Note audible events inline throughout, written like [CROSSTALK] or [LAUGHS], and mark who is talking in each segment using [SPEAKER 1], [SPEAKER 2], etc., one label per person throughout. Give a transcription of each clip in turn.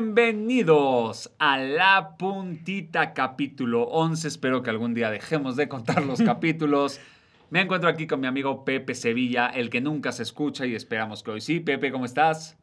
[SPEAKER 1] Bienvenidos a La Puntita capítulo 11. Espero que algún día dejemos de contar los capítulos. Me encuentro aquí con mi amigo Pepe Sevilla, el que nunca se escucha y esperamos que hoy sí. Pepe, ¿cómo estás?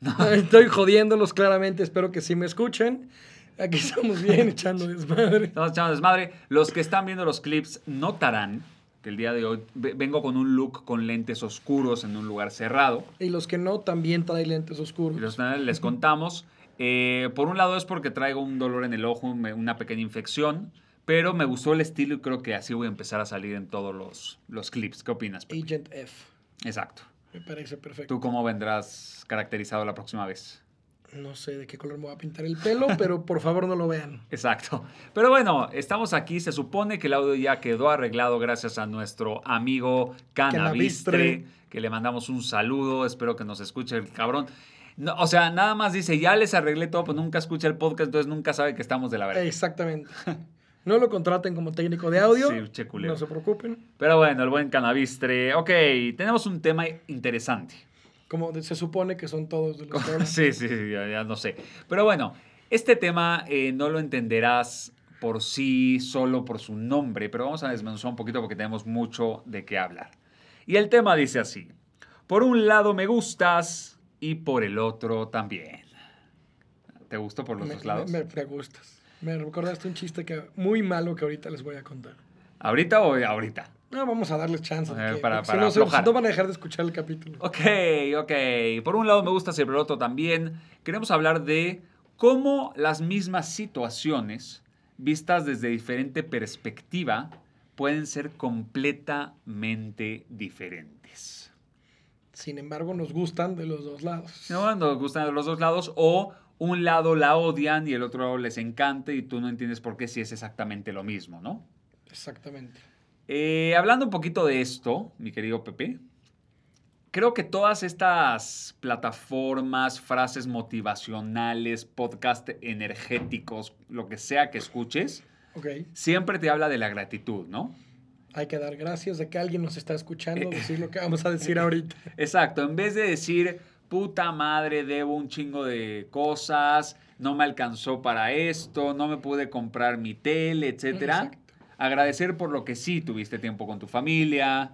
[SPEAKER 2] [LAUGHS] Estoy jodiéndolos claramente, espero que sí me escuchen. Aquí
[SPEAKER 1] [LAUGHS]
[SPEAKER 2] estamos bien echando desmadre.
[SPEAKER 1] Estamos echando desmadre. Los que están viendo los clips notarán que el día de hoy ve- vengo con un look con lentes oscuros en un lugar cerrado.
[SPEAKER 2] Y los que no, también trae lentes
[SPEAKER 1] Y
[SPEAKER 2] oscuros.
[SPEAKER 1] los canales les contamos. Eh, por un lado es porque traigo un dolor en el ojo, me- una pequeña infección, pero me gustó el estilo y creo que así voy a empezar a salir en todos los, los clips. ¿Qué opinas? Pepe?
[SPEAKER 2] Agent F.
[SPEAKER 1] Exacto.
[SPEAKER 2] Me parece perfecto.
[SPEAKER 1] ¿Tú cómo vendrás caracterizado la próxima vez?
[SPEAKER 2] No sé de qué color me voy a pintar el pelo, [LAUGHS] pero por favor no lo vean.
[SPEAKER 1] Exacto. Pero bueno, estamos aquí. Se supone que el audio ya quedó arreglado gracias a nuestro amigo Cannabistre,
[SPEAKER 2] Cannabistre.
[SPEAKER 1] que le mandamos un saludo. Espero que nos escuche el cabrón. No, o sea, nada más dice, ya les arreglé todo, pues nunca escucha el podcast, entonces nunca sabe que estamos de la verdad. [LAUGHS]
[SPEAKER 2] Exactamente. No lo contraten como técnico de audio.
[SPEAKER 1] Sí, che culero.
[SPEAKER 2] no se preocupen.
[SPEAKER 1] Pero bueno, el buen cannabistre. Ok, tenemos un tema
[SPEAKER 2] [LAUGHS]
[SPEAKER 1] interesante.
[SPEAKER 2] Como de- se supone que son todos de los que
[SPEAKER 1] [LAUGHS]
[SPEAKER 2] hablan.
[SPEAKER 1] sí, sí, sí, ya, ya no sé. Pero bueno, este tema eh, no lo entenderás por sí, solo por su nombre, pero vamos a desmenuzar un poquito porque tenemos mucho de qué hablar. Y el tema dice así. Por un lado me gustas y por el otro también. ¿Te gustó por los
[SPEAKER 2] Me-
[SPEAKER 1] dos lados?
[SPEAKER 2] Me, me gustas. Me recordaste un chiste que, muy malo que ahorita les voy a contar.
[SPEAKER 1] ¿Ahorita o ahorita?
[SPEAKER 2] No, vamos a darles chance. de
[SPEAKER 1] A ver,
[SPEAKER 2] que-
[SPEAKER 1] para-
[SPEAKER 2] porque
[SPEAKER 1] para
[SPEAKER 2] si no, se-
[SPEAKER 1] aflojar.
[SPEAKER 2] no van a dejar de escuchar el capítulo.
[SPEAKER 1] Ok, ok. Por un lado me gusta ser otro también. Queremos hablar de cómo las mismas situaciones, vistas desde diferente perspectiva, pueden ser completamente diferentes.
[SPEAKER 2] Sin embargo, nos gustan de los dos lados.
[SPEAKER 1] No, nos gustan los dos lados o un lado la odian y el otro les encanta y tú no entiendes por qué si es exactamente lo mismo, ¿no?
[SPEAKER 2] Exactamente.
[SPEAKER 1] Eh, hablando un poquito de esto, mi querido Pepe, creo que todas estas plataformas, frases motivacionales, podcast energéticos, lo que sea que escuches,
[SPEAKER 2] Ok.
[SPEAKER 1] siempre te habla de la gratitud, ¿no?
[SPEAKER 2] Hay que dar gracias de que alguien nos
[SPEAKER 1] [LAUGHS]
[SPEAKER 2] está escuchando decir lo que vamos a decir ahorita.
[SPEAKER 1] Exacto, en vez de decir, puta madre, debo un chingo de cosas, no me alcanzó para esto, no me pude comprar mi tele, etcétera.
[SPEAKER 2] Exacto.
[SPEAKER 1] Agradecer por lo que sí tuviste tiempo con tu familia,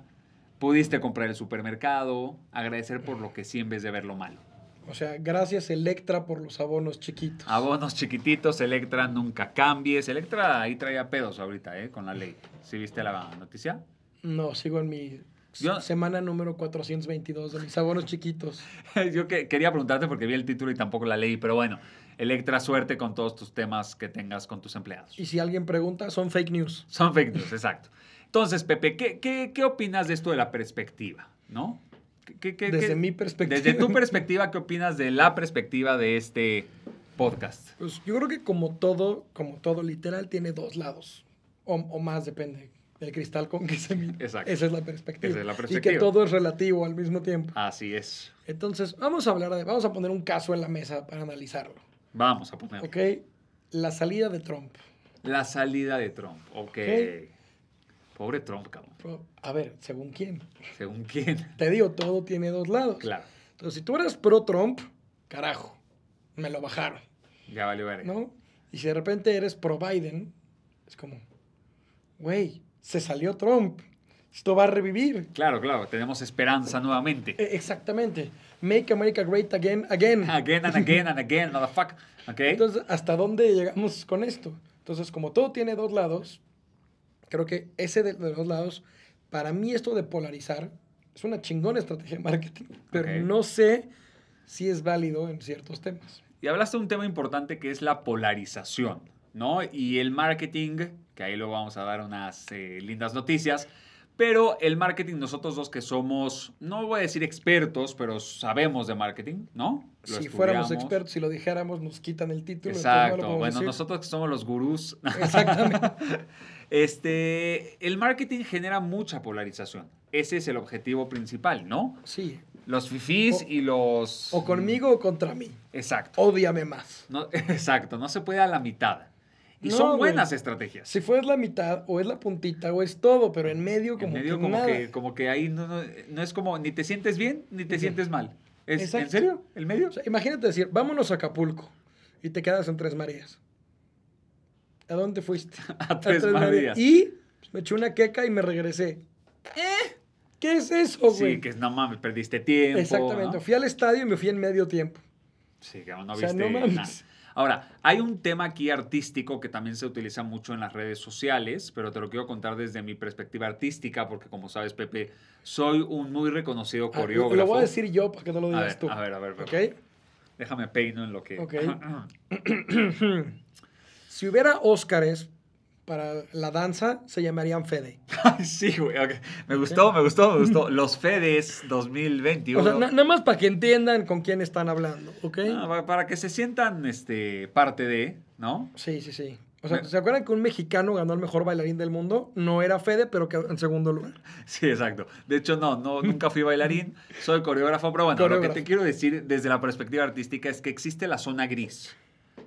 [SPEAKER 1] pudiste comprar el supermercado, agradecer por lo que sí en vez de ver lo malo.
[SPEAKER 2] O sea, gracias Electra por los abonos chiquitos.
[SPEAKER 1] Abonos chiquititos, Electra, nunca cambies. Electra ahí traía pedos ahorita, ¿eh? Con la ley. ¿Sí viste la noticia?
[SPEAKER 2] No, sigo en mi
[SPEAKER 1] Yo-
[SPEAKER 2] semana número 422 de mis abonos chiquitos.
[SPEAKER 1] [LAUGHS] Yo que- quería preguntarte porque vi el título y tampoco la leí, pero bueno, Electra, suerte con todos tus temas que tengas con tus empleados.
[SPEAKER 2] Y si alguien pregunta, son fake news.
[SPEAKER 1] Son fake
[SPEAKER 2] [LAUGHS]
[SPEAKER 1] news, exacto. Entonces, Pepe, ¿qué, qué, qué opinas de esto de la perspectiva? ¿No? ¿Qué- qué- qué-
[SPEAKER 2] Desde
[SPEAKER 1] qué-
[SPEAKER 2] mi perspectiva.
[SPEAKER 1] Desde
[SPEAKER 2] [LAUGHS]
[SPEAKER 1] tu perspectiva, ¿qué opinas de la perspectiva de este podcast?
[SPEAKER 2] Pues yo creo que como todo, como todo literal, tiene dos lados. O, o más, depende del cristal con que se mire.
[SPEAKER 1] Exacto.
[SPEAKER 2] Esa es la perspectiva.
[SPEAKER 1] Esa es la
[SPEAKER 2] Y
[SPEAKER 1] perspectiva.
[SPEAKER 2] que todo es relativo al mismo tiempo.
[SPEAKER 1] Así es.
[SPEAKER 2] Entonces, vamos a hablar de, vamos a poner un caso en la mesa para analizarlo.
[SPEAKER 1] Vamos a poner
[SPEAKER 2] ¿Ok? La salida de Trump.
[SPEAKER 1] la salida de Trump. Ok.
[SPEAKER 2] Ok.
[SPEAKER 1] Pobre Trump, cabrón.
[SPEAKER 2] Pro- A ver, según quién.
[SPEAKER 1] Según quién.
[SPEAKER 2] Te digo, todo tiene dos lados.
[SPEAKER 1] Claro.
[SPEAKER 2] Entonces, si tú eras pro Trump, carajo, me lo bajaron,
[SPEAKER 1] Ya valió ver.
[SPEAKER 2] ¿no? Y si de repente eres pro Biden, es como, güey, se salió Trump. Esto va a revivir.
[SPEAKER 1] Claro, claro. Tenemos esperanza nuevamente.
[SPEAKER 2] E- Exactamente. Make America Great Again, again.
[SPEAKER 1] Again and again and again, motherfucker. Ok.
[SPEAKER 2] Entonces, ¿hasta dónde llegamos con esto? Entonces, como todo tiene dos lados, creo que ese de, de los lados, para mí esto de polarizar es una chingona estrategia de marketing, pero
[SPEAKER 1] Ok.
[SPEAKER 2] no sé si es válido en ciertos temas.
[SPEAKER 1] Y hablaste de un tema importante que es la polarización, ¿no? Y el marketing, que ahí luego vamos a dar unas eh, lindas noticias, pero el marketing, nosotros dos que somos, no voy a decir expertos, pero sabemos de marketing, ¿no?
[SPEAKER 2] si
[SPEAKER 1] Lo estudiamos.
[SPEAKER 2] fuéramos expertos, si lo dijéramos, nos quitan el título. entonces no lo
[SPEAKER 1] Exacto.
[SPEAKER 2] podemos
[SPEAKER 1] bueno,
[SPEAKER 2] decir.
[SPEAKER 1] nosotros que somos los gurús. [LAUGHS]
[SPEAKER 2] Exactamente.
[SPEAKER 1] Este, el marketing genera mucha polarización. Ese es el objetivo principal, ¿no?
[SPEAKER 2] Sí.
[SPEAKER 1] Los fifís
[SPEAKER 2] O-
[SPEAKER 1] y los...
[SPEAKER 2] O conmigo o contra mí.
[SPEAKER 1] Exacto.
[SPEAKER 2] Ódiame más.
[SPEAKER 1] No, [LAUGHS] exacto, no se puede a la mitad. Y
[SPEAKER 2] No,
[SPEAKER 1] son
[SPEAKER 2] güey.
[SPEAKER 1] buenas estrategias.
[SPEAKER 2] Si fueras la mitad, o es la puntita, o es todo, pero en medio
[SPEAKER 1] en
[SPEAKER 2] como
[SPEAKER 1] medio
[SPEAKER 2] que
[SPEAKER 1] como
[SPEAKER 2] nada.
[SPEAKER 1] que, como que ahí no, no- no es como ni te sientes bien ni te
[SPEAKER 2] Sí.
[SPEAKER 1] sientes mal. ¿Es-
[SPEAKER 2] Exacto.
[SPEAKER 1] ¿En serio? ¿El medio?
[SPEAKER 2] O sea, imagínate decir, vámonos a Acapulco y te quedas en Tres Marías. ¿A dónde fuiste?
[SPEAKER 1] [LAUGHS] A Tres Marías.
[SPEAKER 2] Y pues, me eché una queca y me regresé. ¿Eh? ¿Qué es eso, güey?
[SPEAKER 1] sí, que es, no mames, perdiste tiempo.
[SPEAKER 2] Exactamente.
[SPEAKER 1] ¿no?
[SPEAKER 2] Fui al estadio y me fui en medio tiempo.
[SPEAKER 1] Sí, que no
[SPEAKER 2] O sea,
[SPEAKER 1] viste
[SPEAKER 2] no mames.
[SPEAKER 1] nada. Ahora, hay un tema aquí artístico que también se utiliza mucho en las redes sociales, pero te lo quiero contar desde mi perspectiva artística, porque como sabes, Pepe, soy un muy reconocido
[SPEAKER 2] Ah,
[SPEAKER 1] coreógrafo.
[SPEAKER 2] Lo voy a decir yo para que no lo
[SPEAKER 1] A
[SPEAKER 2] digas
[SPEAKER 1] ver,
[SPEAKER 2] tú.
[SPEAKER 1] a ver, a ver, a ver.
[SPEAKER 2] ¿Ok?
[SPEAKER 1] Déjame peino en lo que... [CLEARS THROAT]
[SPEAKER 2] Ok. Si hubiera Óscares para la danza, se llamarían Fede.
[SPEAKER 1] Ay, [LAUGHS] sí, güey. ok. Me gustó, me gustó, me gustó.
[SPEAKER 2] [LAUGHS]
[SPEAKER 1] Los Fedes 2021.
[SPEAKER 2] O sea, na- nada más para que entiendan con quién están hablando, ¿ok?
[SPEAKER 1] Ah, pa- para que se sientan este, parte de, ¿no? [LAUGHS]
[SPEAKER 2] Sí, sí, sí. O sea,
[SPEAKER 1] Me-
[SPEAKER 2] ¿se acuerdan que un mexicano ganó el mejor bailarín del mundo? No era Fede, pero quedó en segundo lugar.
[SPEAKER 1] Sí, exacto. De hecho, no, no nunca fui bailarín, soy coreógrafo, pero bueno, lo
[SPEAKER 2] Coreógrafo.
[SPEAKER 1] que te quiero decir desde la perspectiva artística es que existe la zona gris,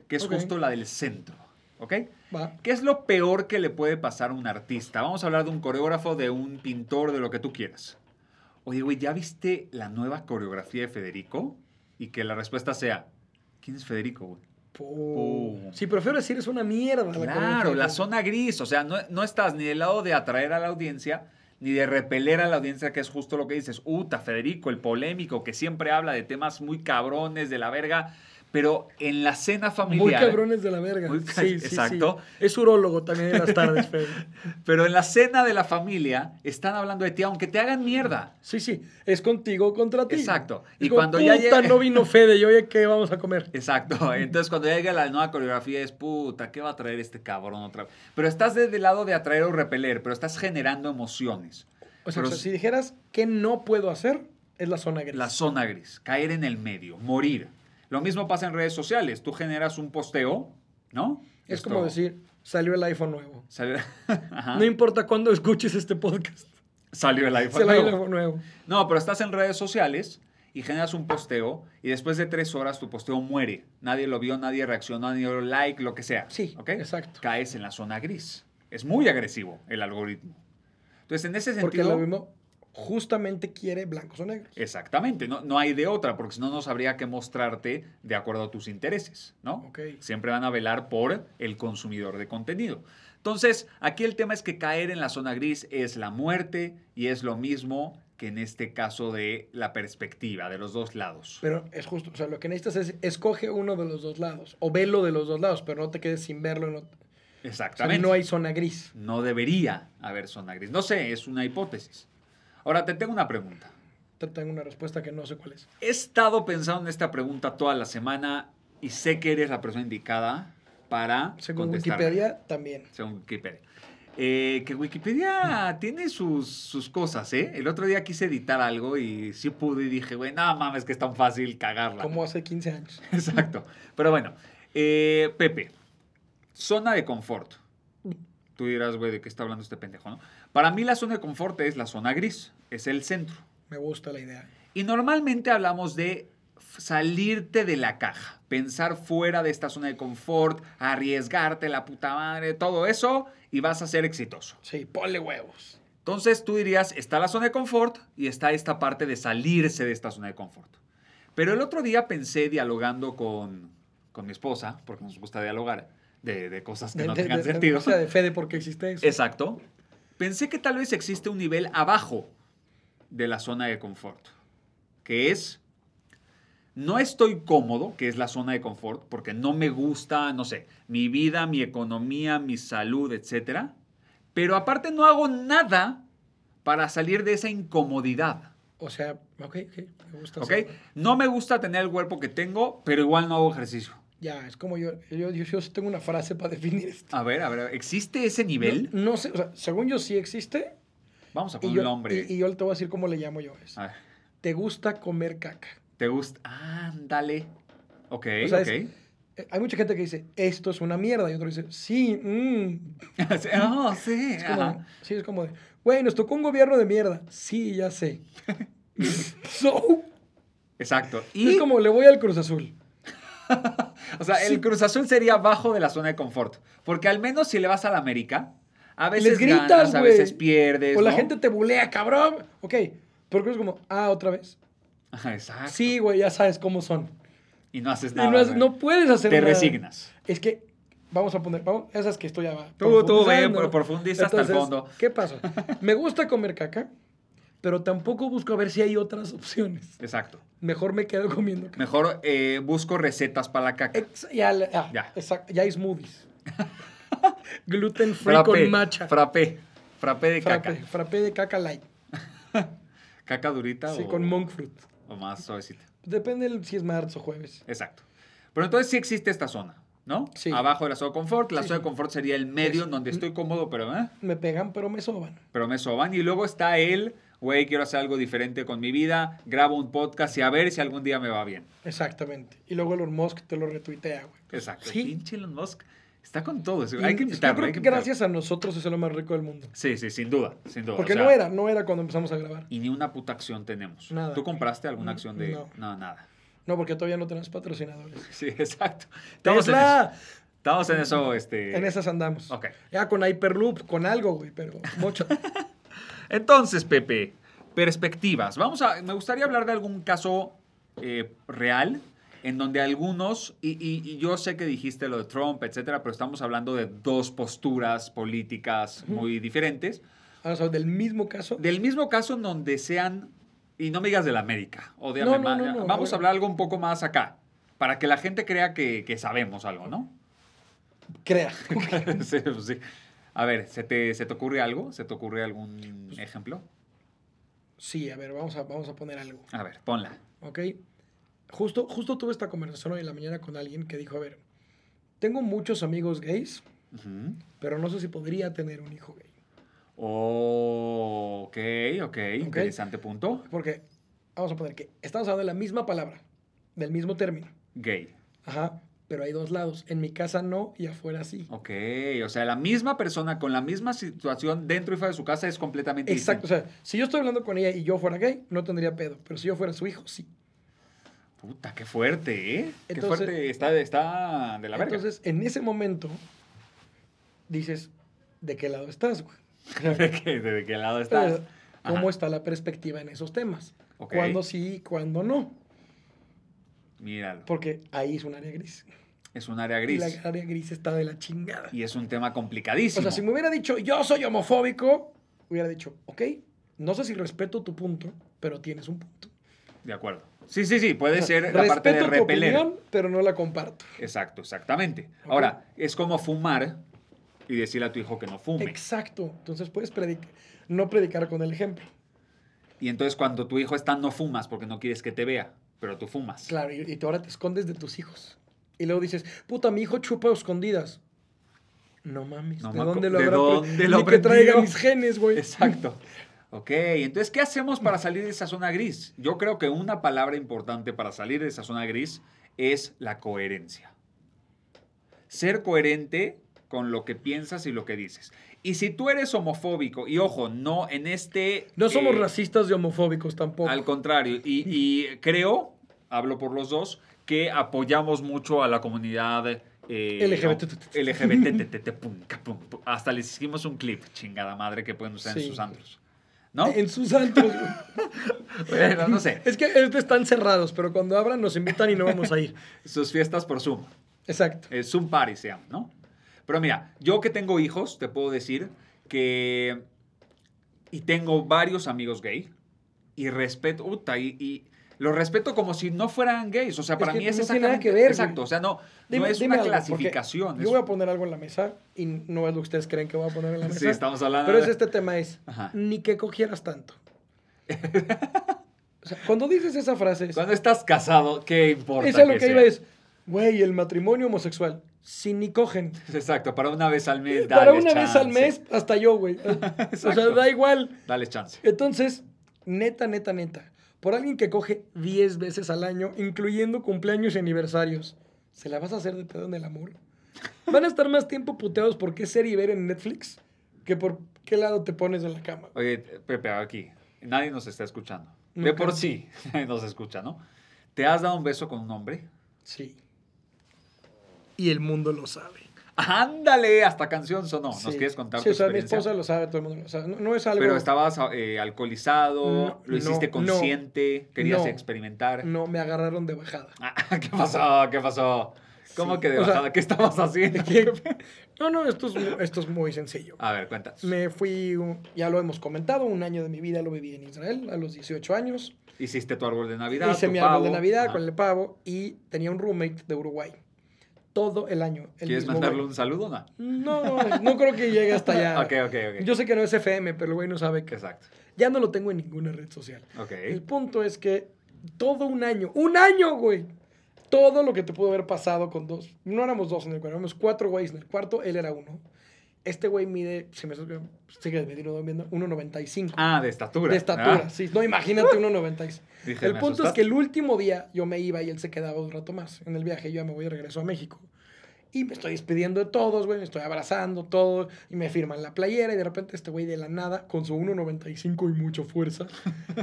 [SPEAKER 1] que es
[SPEAKER 2] Ok.
[SPEAKER 1] justo la del centro, ¿ok?
[SPEAKER 2] Va.
[SPEAKER 1] ¿Qué es lo peor que le puede pasar a un artista? Vamos a hablar de un coreógrafo, de un pintor, de lo que tú quieras. Oye, güey, ¿ya viste la nueva coreografía de Federico? Y que la respuesta sea, ¿quién es Federico, güey?
[SPEAKER 2] Pum.
[SPEAKER 1] Pum.
[SPEAKER 2] Sí, prefiero decir es una mierda. la
[SPEAKER 1] Claro,
[SPEAKER 2] coreografía.
[SPEAKER 1] la zona gris. O sea, no, no estás ni del lado de atraer a la audiencia, ni de repeler a la audiencia, que es justo lo que dices. Uta, Federico, el polémico, que siempre habla de temas muy cabrones, de la verga. Pero en la cena familiar.
[SPEAKER 2] Muy cabrones de la verga.
[SPEAKER 1] Muy ca-
[SPEAKER 2] sí, sí,
[SPEAKER 1] exacto.
[SPEAKER 2] sí. Es urólogo también en las tardes, Fede.
[SPEAKER 1] Pero en la cena de la familia están hablando de ti, aunque te hagan mierda.
[SPEAKER 2] Sí, sí. Es contigo o contra ti.
[SPEAKER 1] Exacto.
[SPEAKER 2] Es
[SPEAKER 1] Y
[SPEAKER 2] como,
[SPEAKER 1] cuando ya
[SPEAKER 2] "Puta,
[SPEAKER 1] llegue-
[SPEAKER 2] no vino Fede. ¿Y oye qué vamos a comer?
[SPEAKER 1] Exacto. [LAUGHS] Entonces, cuando llega la nueva coreografía, es puta, ¿qué va a traer este cabrón otra vez? Pero estás desde el lado de atraer o repeler, pero estás generando emociones.
[SPEAKER 2] O sea,
[SPEAKER 1] Pero
[SPEAKER 2] o sea, si dijeras que no puedo hacer, es la zona gris.
[SPEAKER 1] la zona gris, caer en el medio, morir. Lo mismo pasa en redes sociales. Tú generas un posteo, ¿no?
[SPEAKER 2] es
[SPEAKER 1] Esto-
[SPEAKER 2] como decir, salió el iPhone nuevo.
[SPEAKER 1] Salió, [LAUGHS] Ajá.
[SPEAKER 2] No importa cuándo escuches este podcast.
[SPEAKER 1] Salió el iPhone.
[SPEAKER 2] Salió el
[SPEAKER 1] nuevo.
[SPEAKER 2] iPhone nuevo.
[SPEAKER 1] No, pero estás en redes sociales y generas un posteo y después de tres horas tu posteo muere. Nadie lo vio, nadie reaccionó, nadie dio like, lo que sea.
[SPEAKER 2] Sí,
[SPEAKER 1] ¿ok?
[SPEAKER 2] exacto.
[SPEAKER 1] Caes en la zona gris. Es muy agresivo el algoritmo. Entonces, en ese
[SPEAKER 2] Porque el
[SPEAKER 1] sentido...
[SPEAKER 2] algoritmo justamente quiere blancos o negros.
[SPEAKER 1] Exactamente, no, no hay de otra, porque si no, nos habría que mostrarte de acuerdo a tus intereses, ¿no?
[SPEAKER 2] Ok.
[SPEAKER 1] Siempre van a velar por el consumidor de contenido. Entonces, aquí el tema es que caer en la zona gris es la muerte y es lo mismo que en este caso de la perspectiva, de los dos lados.
[SPEAKER 2] Pero es justo, o sea, lo que necesitas es escoge uno de los dos lados o velo de los dos lados, pero no te quedes sin verlo. No, o sea,
[SPEAKER 1] Exactamente.
[SPEAKER 2] no hay zona gris.
[SPEAKER 1] No debería haber zona gris. No sé, es una hipótesis. Ahora, te tengo una pregunta.
[SPEAKER 2] Te tengo una respuesta que no sé cuál es.
[SPEAKER 1] He estado pensando en esta pregunta toda la semana y sé que eres la persona indicada para
[SPEAKER 2] Según
[SPEAKER 1] contestarla.
[SPEAKER 2] Wikipedia, también.
[SPEAKER 1] Según Wikipedia. Eh, que Wikipedia tiene sus, sus cosas, ¿eh? El otro día quise editar algo y sí pude y dije, güey, no mames, que es tan fácil cagarla.
[SPEAKER 2] Como hace 15 años.
[SPEAKER 1] [LAUGHS] Exacto. Pero bueno, eh, Pepe, zona de confort. Tú dirás, güey, ¿de qué está hablando este pendejo, no? Para mí la zona de confort es la zona gris, es el centro.
[SPEAKER 2] Me gusta la idea.
[SPEAKER 1] Y normalmente hablamos de f- salirte de la caja, pensar fuera de esta zona de confort, arriesgarte la puta madre, todo eso, y vas a ser exitoso.
[SPEAKER 2] Sí, ponle huevos.
[SPEAKER 1] Entonces tú dirías, está la zona de confort y está esta parte de salirse de esta zona de confort. Pero el otro día pensé dialogando con, con mi esposa, porque nos gusta dialogar, de, de cosas que
[SPEAKER 2] De-
[SPEAKER 1] no
[SPEAKER 2] de-
[SPEAKER 1] tengan
[SPEAKER 2] de-
[SPEAKER 1] sentido.
[SPEAKER 2] O sea, de Fede porque existe eso.
[SPEAKER 1] Exacto. Pensé que tal vez existe un nivel abajo de la zona de confort, que es, no estoy cómodo, que es la zona de confort, porque no me gusta, no sé, mi vida, mi economía, mi salud, etc. Pero aparte no hago nada para salir de esa incomodidad.
[SPEAKER 2] O sea, ok, ok, me gusta.
[SPEAKER 1] ¿Ok?
[SPEAKER 2] hacerlo.
[SPEAKER 1] No me gusta tener el cuerpo que tengo, pero igual no hago ejercicio.
[SPEAKER 2] Ya, es como yo, yo, yo, yo sí tengo una frase para definir esto.
[SPEAKER 1] A ver, a ver, ¿existe ese nivel?
[SPEAKER 2] No, no sé, o sea, según yo sí existe.
[SPEAKER 1] Vamos a
[SPEAKER 2] Y
[SPEAKER 1] poner
[SPEAKER 2] yo,
[SPEAKER 1] un nombre.
[SPEAKER 2] y- y yo te voy a decir cómo le llamo yo. Es,
[SPEAKER 1] A ver.
[SPEAKER 2] ¿Te gusta comer caca?
[SPEAKER 1] ¿Te gusta? Ándale. Ok,
[SPEAKER 2] O sea,
[SPEAKER 1] ok. [LAUGHS]
[SPEAKER 2] es- Eh, Hay mucha gente que dice, esto es una mierda. Y otro dice, sí, mm.
[SPEAKER 1] Sí, oh, sí.
[SPEAKER 2] Es como,
[SPEAKER 1] ajá.
[SPEAKER 2] sí, es como de, güey, nos tocó un gobierno de mierda. Sí, ya
[SPEAKER 1] [LAUGHS]
[SPEAKER 2] sé. [LAUGHS] so,
[SPEAKER 1] Exacto. Y,
[SPEAKER 2] es como le voy al Cruz Azul.
[SPEAKER 1] o sea, el Cruz Azul sería bajo de la zona de confort. Porque al menos si le vas al América, a veces
[SPEAKER 2] Les gritas,
[SPEAKER 1] ganas, a
[SPEAKER 2] güey.
[SPEAKER 1] veces pierdes.
[SPEAKER 2] o la
[SPEAKER 1] ¿no?
[SPEAKER 2] gente te bulea, cabrón. Ok, pero es como, ah, otra vez.
[SPEAKER 1] Ajá, Exacto.
[SPEAKER 2] Sí, güey, ya sabes cómo son.
[SPEAKER 1] Y no haces
[SPEAKER 2] Y
[SPEAKER 1] nada.
[SPEAKER 2] no, es-
[SPEAKER 1] güey.
[SPEAKER 2] no puedes hacer
[SPEAKER 1] Te
[SPEAKER 2] nada.
[SPEAKER 1] resignas.
[SPEAKER 2] Es que, vamos a poner, vamos, esas que estoy ya
[SPEAKER 1] Tú- tú, ve,
[SPEAKER 2] profundizando.
[SPEAKER 1] pro- profundiza hasta el fondo.
[SPEAKER 2] ¿Qué pasa? Me gusta comer caca, pero tampoco busco a ver si hay otras opciones.
[SPEAKER 1] Exacto.
[SPEAKER 2] Mejor me quedo comiendo caca.
[SPEAKER 1] Mejor eh, busco recetas para la caca.
[SPEAKER 2] Ex- ya, le- ah,
[SPEAKER 1] Ya.
[SPEAKER 2] exacto, ya
[SPEAKER 1] [LAUGHS]
[SPEAKER 2] hay smoothies. Gluten free con matcha.
[SPEAKER 1] Frappé. Frappé de
[SPEAKER 2] Frappé,
[SPEAKER 1] caca.
[SPEAKER 2] frappé de caca light.
[SPEAKER 1] Caca durita
[SPEAKER 2] Sí,
[SPEAKER 1] o,
[SPEAKER 2] con monk fruit.
[SPEAKER 1] o más suavecita.
[SPEAKER 2] Depende el- si es marzo o jueves.
[SPEAKER 1] Exacto. Pero entonces sí existe esta zona, ¿no?
[SPEAKER 2] Sí.
[SPEAKER 1] Abajo de la zona de confort. La
[SPEAKER 2] Sí,
[SPEAKER 1] zona
[SPEAKER 2] sí.
[SPEAKER 1] de confort sería el medio
[SPEAKER 2] Es-
[SPEAKER 1] en donde estoy cómodo, pero, ¿eh?
[SPEAKER 2] Me pegan, pero me soban.
[SPEAKER 1] pero me soban. Y luego está el, güey, quiero hacer algo diferente con mi vida. Grabo un podcast y a ver si algún día me va bien.
[SPEAKER 2] Exactamente. Y luego Elon Musk te lo retuitea, güey.
[SPEAKER 1] Exacto.
[SPEAKER 2] Sí.
[SPEAKER 1] Pinche Elon Musk está con todo. eso.
[SPEAKER 2] Y
[SPEAKER 1] Hay que
[SPEAKER 2] Yo
[SPEAKER 1] invitarlo.
[SPEAKER 2] creo
[SPEAKER 1] hay
[SPEAKER 2] que
[SPEAKER 1] que invitarlo.
[SPEAKER 2] gracias a nosotros es lo más rico del mundo.
[SPEAKER 1] Sí, sí, sin duda, sin duda.
[SPEAKER 2] Porque
[SPEAKER 1] O sea,
[SPEAKER 2] no era, no era cuando empezamos a grabar.
[SPEAKER 1] Y ni una puta acción tenemos.
[SPEAKER 2] Nada.
[SPEAKER 1] ¿Tú compraste alguna acción de...?
[SPEAKER 2] No.
[SPEAKER 1] no nada.
[SPEAKER 2] No, porque todavía no tenemos patrocinadores.
[SPEAKER 1] Sí, [LAUGHS] exacto. Estamos en eso.
[SPEAKER 2] Tesla,
[SPEAKER 1] Estamos en eso, este...
[SPEAKER 2] en esas andamos.
[SPEAKER 1] Ok.
[SPEAKER 2] Ya con Hyperloop, con algo, güey, pero mucho.
[SPEAKER 1] Entonces, Pepe, perspectivas. Vamos a... Me gustaría hablar de algún caso eh, real en donde algunos, y, y- y yo sé que dijiste lo de Trump, etcétera, pero estamos hablando de dos posturas políticas muy diferentes.
[SPEAKER 2] Vamos a ver, del mismo caso.
[SPEAKER 1] Del mismo caso en donde sean, y no me digas de la América, o de
[SPEAKER 2] No, no,
[SPEAKER 1] Alemania,
[SPEAKER 2] no, no,
[SPEAKER 1] vamos a
[SPEAKER 2] a ver.
[SPEAKER 1] hablar algo un poco más acá, para que la gente crea que, que sabemos algo, ¿no?
[SPEAKER 2] [LAUGHS] Crea. [LAUGHS]
[SPEAKER 1] Sí, pues sí. A ver, ¿se te, ¿se te ocurre algo? ¿Se te ocurre algún
[SPEAKER 2] Pues
[SPEAKER 1] ejemplo?
[SPEAKER 2] Sí, a ver, vamos a, vamos a poner algo.
[SPEAKER 1] A ver, ponla.
[SPEAKER 2] ¿ok? Justo, justo tuve esta conversación hoy en la mañana con alguien que dijo, a ver, tengo muchos amigos gays,
[SPEAKER 1] Ujú.
[SPEAKER 2] pero no sé si podría tener un hijo gay.
[SPEAKER 1] Oh, ok, ok, interesante punto.
[SPEAKER 2] Porque, vamos a poner que estamos hablando de la misma palabra, del mismo término.
[SPEAKER 1] Gay.
[SPEAKER 2] Ajá, pero hay dos lados. En mi casa no y afuera sí.
[SPEAKER 1] Ok, o sea, la misma persona con la misma situación dentro y fuera de su casa es completamente
[SPEAKER 2] Exacto, o
[SPEAKER 1] distinta.
[SPEAKER 2] sea, si yo estoy hablando con ella y yo fuera gay, no tendría pedo, pero si yo fuera su hijo, sí.
[SPEAKER 1] Puta, qué fuerte, ¿eh? qué
[SPEAKER 2] Entonces-
[SPEAKER 1] fuerte. Está, de- está de la verga.
[SPEAKER 2] Entonces, en ese momento, dices, ¿de qué lado estás, güey?
[SPEAKER 1] [LAUGHS] ¿De qué, de qué lado estás?
[SPEAKER 2] Pero, ¿Cómo
[SPEAKER 1] Ajá.
[SPEAKER 2] está la perspectiva en esos temas?
[SPEAKER 1] Ok.
[SPEAKER 2] ¿Cuándo sí y cuándo no?
[SPEAKER 1] Míralo.
[SPEAKER 2] Porque ahí es un área gris.
[SPEAKER 1] Es un área
[SPEAKER 2] Y
[SPEAKER 1] gris.
[SPEAKER 2] la área gris está de la chingada.
[SPEAKER 1] Y es un tema
[SPEAKER 2] O
[SPEAKER 1] complicadísimo.
[SPEAKER 2] sea, si me hubiera dicho, yo soy homofóbico, hubiera dicho, ok, no sé si respeto tu punto, pero tienes un punto.
[SPEAKER 1] De acuerdo. Sí, sí, sí. Puede
[SPEAKER 2] O sea,
[SPEAKER 1] ser la parte de
[SPEAKER 2] respeto tu
[SPEAKER 1] repeler.
[SPEAKER 2] opinión, pero no la comparto.
[SPEAKER 1] Exacto, exactamente.
[SPEAKER 2] Ok.
[SPEAKER 1] Ahora, es como fumar y decirle a tu hijo que no fume.
[SPEAKER 2] Exacto. Entonces puedes predicar, no predicar con el ejemplo.
[SPEAKER 1] y entonces cuando tu hijo está no fumas porque no quieres que te vea, pero tú fumas.
[SPEAKER 2] Claro, y, y tú ahora te escondes de tus hijos. Y luego dices, puta, mi hijo chupa a escondidas. No mames,
[SPEAKER 1] No
[SPEAKER 2] ¿de
[SPEAKER 1] mames,
[SPEAKER 2] dónde lo
[SPEAKER 1] ¿de
[SPEAKER 2] habrá apre-
[SPEAKER 1] dónde lo
[SPEAKER 2] Ni que traiga
[SPEAKER 1] aprendió?
[SPEAKER 2] mis genes, güey.
[SPEAKER 1] Exacto. Ok, entonces, ¿qué hacemos para salir de esa zona gris? Yo creo que una palabra importante para salir de esa zona gris es la coherencia. Ser coherente con lo que piensas y lo que dices. Y si tú eres homofóbico, y ojo, no en este...
[SPEAKER 2] No somos
[SPEAKER 1] eh,
[SPEAKER 2] racistas y homofóbicos tampoco.
[SPEAKER 1] Al contrario, y, y creo, hablo por los dos, que apoyamos mucho a la comunidad eh,
[SPEAKER 2] LGBT.
[SPEAKER 1] no, LGBT, te, te, pum, ca, pum, pum. Hasta les hicimos un clip, chingada madre, que pueden usar en
[SPEAKER 2] Sí.
[SPEAKER 1] sus antros. ¿No?
[SPEAKER 2] En sus altos, güey.
[SPEAKER 1] Bueno, [LAUGHS] no sé.
[SPEAKER 2] Es que ahorita están cerrados, pero cuando abran nos invitan y no vamos a ir.
[SPEAKER 1] Sus fiestas por Zoom.
[SPEAKER 2] Exacto.
[SPEAKER 1] Eh, Zoom party se llama, ¿no? Pero mira, yo que tengo hijos, te puedo decir que... Y tengo varios amigos gay. Y respeto... Uta, y, y los respeto como si no fueran gays. O sea,
[SPEAKER 2] Es
[SPEAKER 1] para
[SPEAKER 2] que
[SPEAKER 1] mí es
[SPEAKER 2] no tiene nada
[SPEAKER 1] exactamente...
[SPEAKER 2] que ver,
[SPEAKER 1] Exacto.
[SPEAKER 2] güey.
[SPEAKER 1] O sea, no, no
[SPEAKER 2] Dime-
[SPEAKER 1] es
[SPEAKER 2] dime
[SPEAKER 1] una
[SPEAKER 2] algo, porque
[SPEAKER 1] clasificación. es-
[SPEAKER 2] Yo voy a poner algo en la mesa y no es lo que ustedes creen que voy a poner en la mesa.
[SPEAKER 1] Sí, estamos hablando...
[SPEAKER 2] Pero es
[SPEAKER 1] de-
[SPEAKER 2] este tema es,
[SPEAKER 1] Ajá.
[SPEAKER 2] ni que cogieras
[SPEAKER 1] [LAUGHS]
[SPEAKER 2] tanto. O sea, cuando dices esa frase es,
[SPEAKER 1] Cuando estás casado, ¿qué importa?
[SPEAKER 2] esa es lo que
[SPEAKER 1] sea?
[SPEAKER 2] iba es, güey, el matrimonio homosexual, si ni cogen.
[SPEAKER 1] Exacto, para una vez al mes, dale
[SPEAKER 2] Para una vez
[SPEAKER 1] chance.
[SPEAKER 2] al
[SPEAKER 1] [LAUGHS]
[SPEAKER 2] mes, hasta yo, güey. o sea,
[SPEAKER 1] Exacto.
[SPEAKER 2] da igual.
[SPEAKER 1] Dale chance.
[SPEAKER 2] Entonces, neta, neta, neta, por alguien que coge 10 veces al año, incluyendo cumpleaños y aniversarios, ¿se la vas a hacer de pedo en el amor? Van a estar más tiempo puteados por qué serie ver en Netflix que por qué lado te pones de la cama.
[SPEAKER 1] Oye, Pepe, aquí. Nadie nos está escuchando. De
[SPEAKER 2] Nunca.
[SPEAKER 1] por sí [LAUGHS] nadie nos escucha, ¿no? ¿Te has dado un beso con un hombre?
[SPEAKER 2] Sí. Y el mundo lo sabe.
[SPEAKER 1] Ándale, hasta canción sonó.
[SPEAKER 2] Sí.
[SPEAKER 1] ¿Nos quieres contar
[SPEAKER 2] Sí,
[SPEAKER 1] tu
[SPEAKER 2] o sea, mi
[SPEAKER 1] experiencia?
[SPEAKER 2] esposa lo sabe, todo el mundo lo sabe. No, no es algo... Mm,
[SPEAKER 1] Pero estabas eh, alcoholizado,
[SPEAKER 2] No,
[SPEAKER 1] lo hiciste
[SPEAKER 2] no,
[SPEAKER 1] consciente, querías
[SPEAKER 2] no. Mm.
[SPEAKER 1] experimentar.
[SPEAKER 2] No, me agarraron de bajada.
[SPEAKER 1] [LAUGHS] Ah, ¿Qué pasó? ¿Qué pasó? ¿Cómo
[SPEAKER 2] Sí,
[SPEAKER 1] que de
[SPEAKER 2] o sea,
[SPEAKER 1] bajada? ¿Qué estabas
[SPEAKER 2] [LAUGHS]
[SPEAKER 1] haciendo?
[SPEAKER 2] No, no, esto es, mu- esto es muy sencillo.
[SPEAKER 1] A ver, cuenta.
[SPEAKER 2] Me fui, un- ya lo hemos comentado, un año de mi vida lo viví en Israel, a los 18 años.
[SPEAKER 1] Hiciste tu árbol de Navidad.
[SPEAKER 2] Hice
[SPEAKER 1] tu
[SPEAKER 2] mi árbol
[SPEAKER 1] pavo. Ah.
[SPEAKER 2] de Navidad
[SPEAKER 1] Ajá.
[SPEAKER 2] con el pavo y tenía un roommate de Uruguay. Todo el año. El
[SPEAKER 1] ¿Quieres
[SPEAKER 2] mismo
[SPEAKER 1] mandarle
[SPEAKER 2] güey.
[SPEAKER 1] un saludo o no?
[SPEAKER 2] No, no, no creo que llegue hasta allá.
[SPEAKER 1] [LAUGHS] Ok, ok, ok.
[SPEAKER 2] Ah, Yo sé que no es FM, pero el güey no sabe que...
[SPEAKER 1] Exacto.
[SPEAKER 2] Ya no lo tengo en ninguna red social.
[SPEAKER 1] Ok.
[SPEAKER 2] El punto es que todo un año, un año, güey. Todo lo que te pudo haber pasado con dos. No éramos dos en el cuarto, éramos cuatro güeyes en el cuarto, él era uno. Este güey mide, se me sigue metiendo, 1.95.
[SPEAKER 1] Ah, de estatura.
[SPEAKER 2] de estatura,
[SPEAKER 1] Ah,
[SPEAKER 2] sí. No, imagínate 1.96.
[SPEAKER 1] Dije,
[SPEAKER 2] El
[SPEAKER 1] me
[SPEAKER 2] punto es
[SPEAKER 1] asustaste.
[SPEAKER 2] que el último día yo me iba y él se quedaba un rato más en el viaje. Yo ya me voy de regreso a México. Y me estoy despidiendo de todos, güey. Me estoy abrazando, todo. Y me firman la playera. Y de repente este güey de la nada, con su 1.95 y
[SPEAKER 1] [LAUGHS]
[SPEAKER 2] mucha fuerza,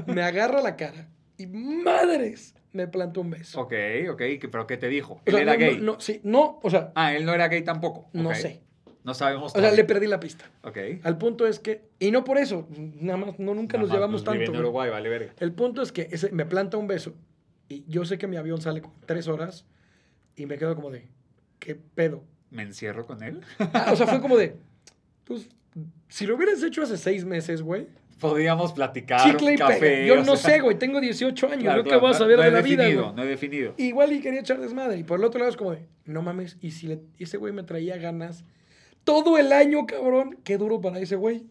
[SPEAKER 2] me agarra la cara. Y madres, me plantó un beso.
[SPEAKER 1] Ok, ok. ¿qué- ¿Pero qué te dijo?
[SPEAKER 2] O
[SPEAKER 1] Él
[SPEAKER 2] sea,
[SPEAKER 1] era
[SPEAKER 2] no,
[SPEAKER 1] gay.
[SPEAKER 2] No, no, sí, no, o sea,
[SPEAKER 1] Ah, él no era gay tampoco.
[SPEAKER 2] no
[SPEAKER 1] Ok.
[SPEAKER 2] sé.
[SPEAKER 1] No sabemos.
[SPEAKER 2] O sea, le
[SPEAKER 1] todavía.
[SPEAKER 2] perdí la pista.
[SPEAKER 1] Ok.
[SPEAKER 2] Al punto es que, y no por eso, nada más,
[SPEAKER 1] Nada
[SPEAKER 2] no, nunca nos
[SPEAKER 1] más pues,
[SPEAKER 2] llevamos
[SPEAKER 1] vive
[SPEAKER 2] tanto.
[SPEAKER 1] en
[SPEAKER 2] güey.
[SPEAKER 1] Uruguay, vale verga.
[SPEAKER 2] El punto es que ese me planta un beso y yo sé que mi avión sale como en tres horas y me quedo como de, ¿qué pedo?
[SPEAKER 1] ¿Me encierro con él? [LAUGHS]
[SPEAKER 2] Ah, o sea, fue como de, pues, si lo hubieras hecho hace seis meses, güey,
[SPEAKER 1] Podíamos platicar.
[SPEAKER 2] chicle y
[SPEAKER 1] café,
[SPEAKER 2] pega. Yo
[SPEAKER 1] o
[SPEAKER 2] no
[SPEAKER 1] sea,
[SPEAKER 2] sé, güey, tengo 18 años,
[SPEAKER 1] claro,
[SPEAKER 2] ¿no? ¿Qué
[SPEAKER 1] claro,
[SPEAKER 2] voy a saber
[SPEAKER 1] no
[SPEAKER 2] de
[SPEAKER 1] he
[SPEAKER 2] la vida,
[SPEAKER 1] definido,
[SPEAKER 2] güey?
[SPEAKER 1] No he definido.
[SPEAKER 2] Igual y quería echar desmadre. Y por el otro lado es como de, no mames, y si le- ese güey me traía ganas todo el año, cabrón, qué duro para ese güey.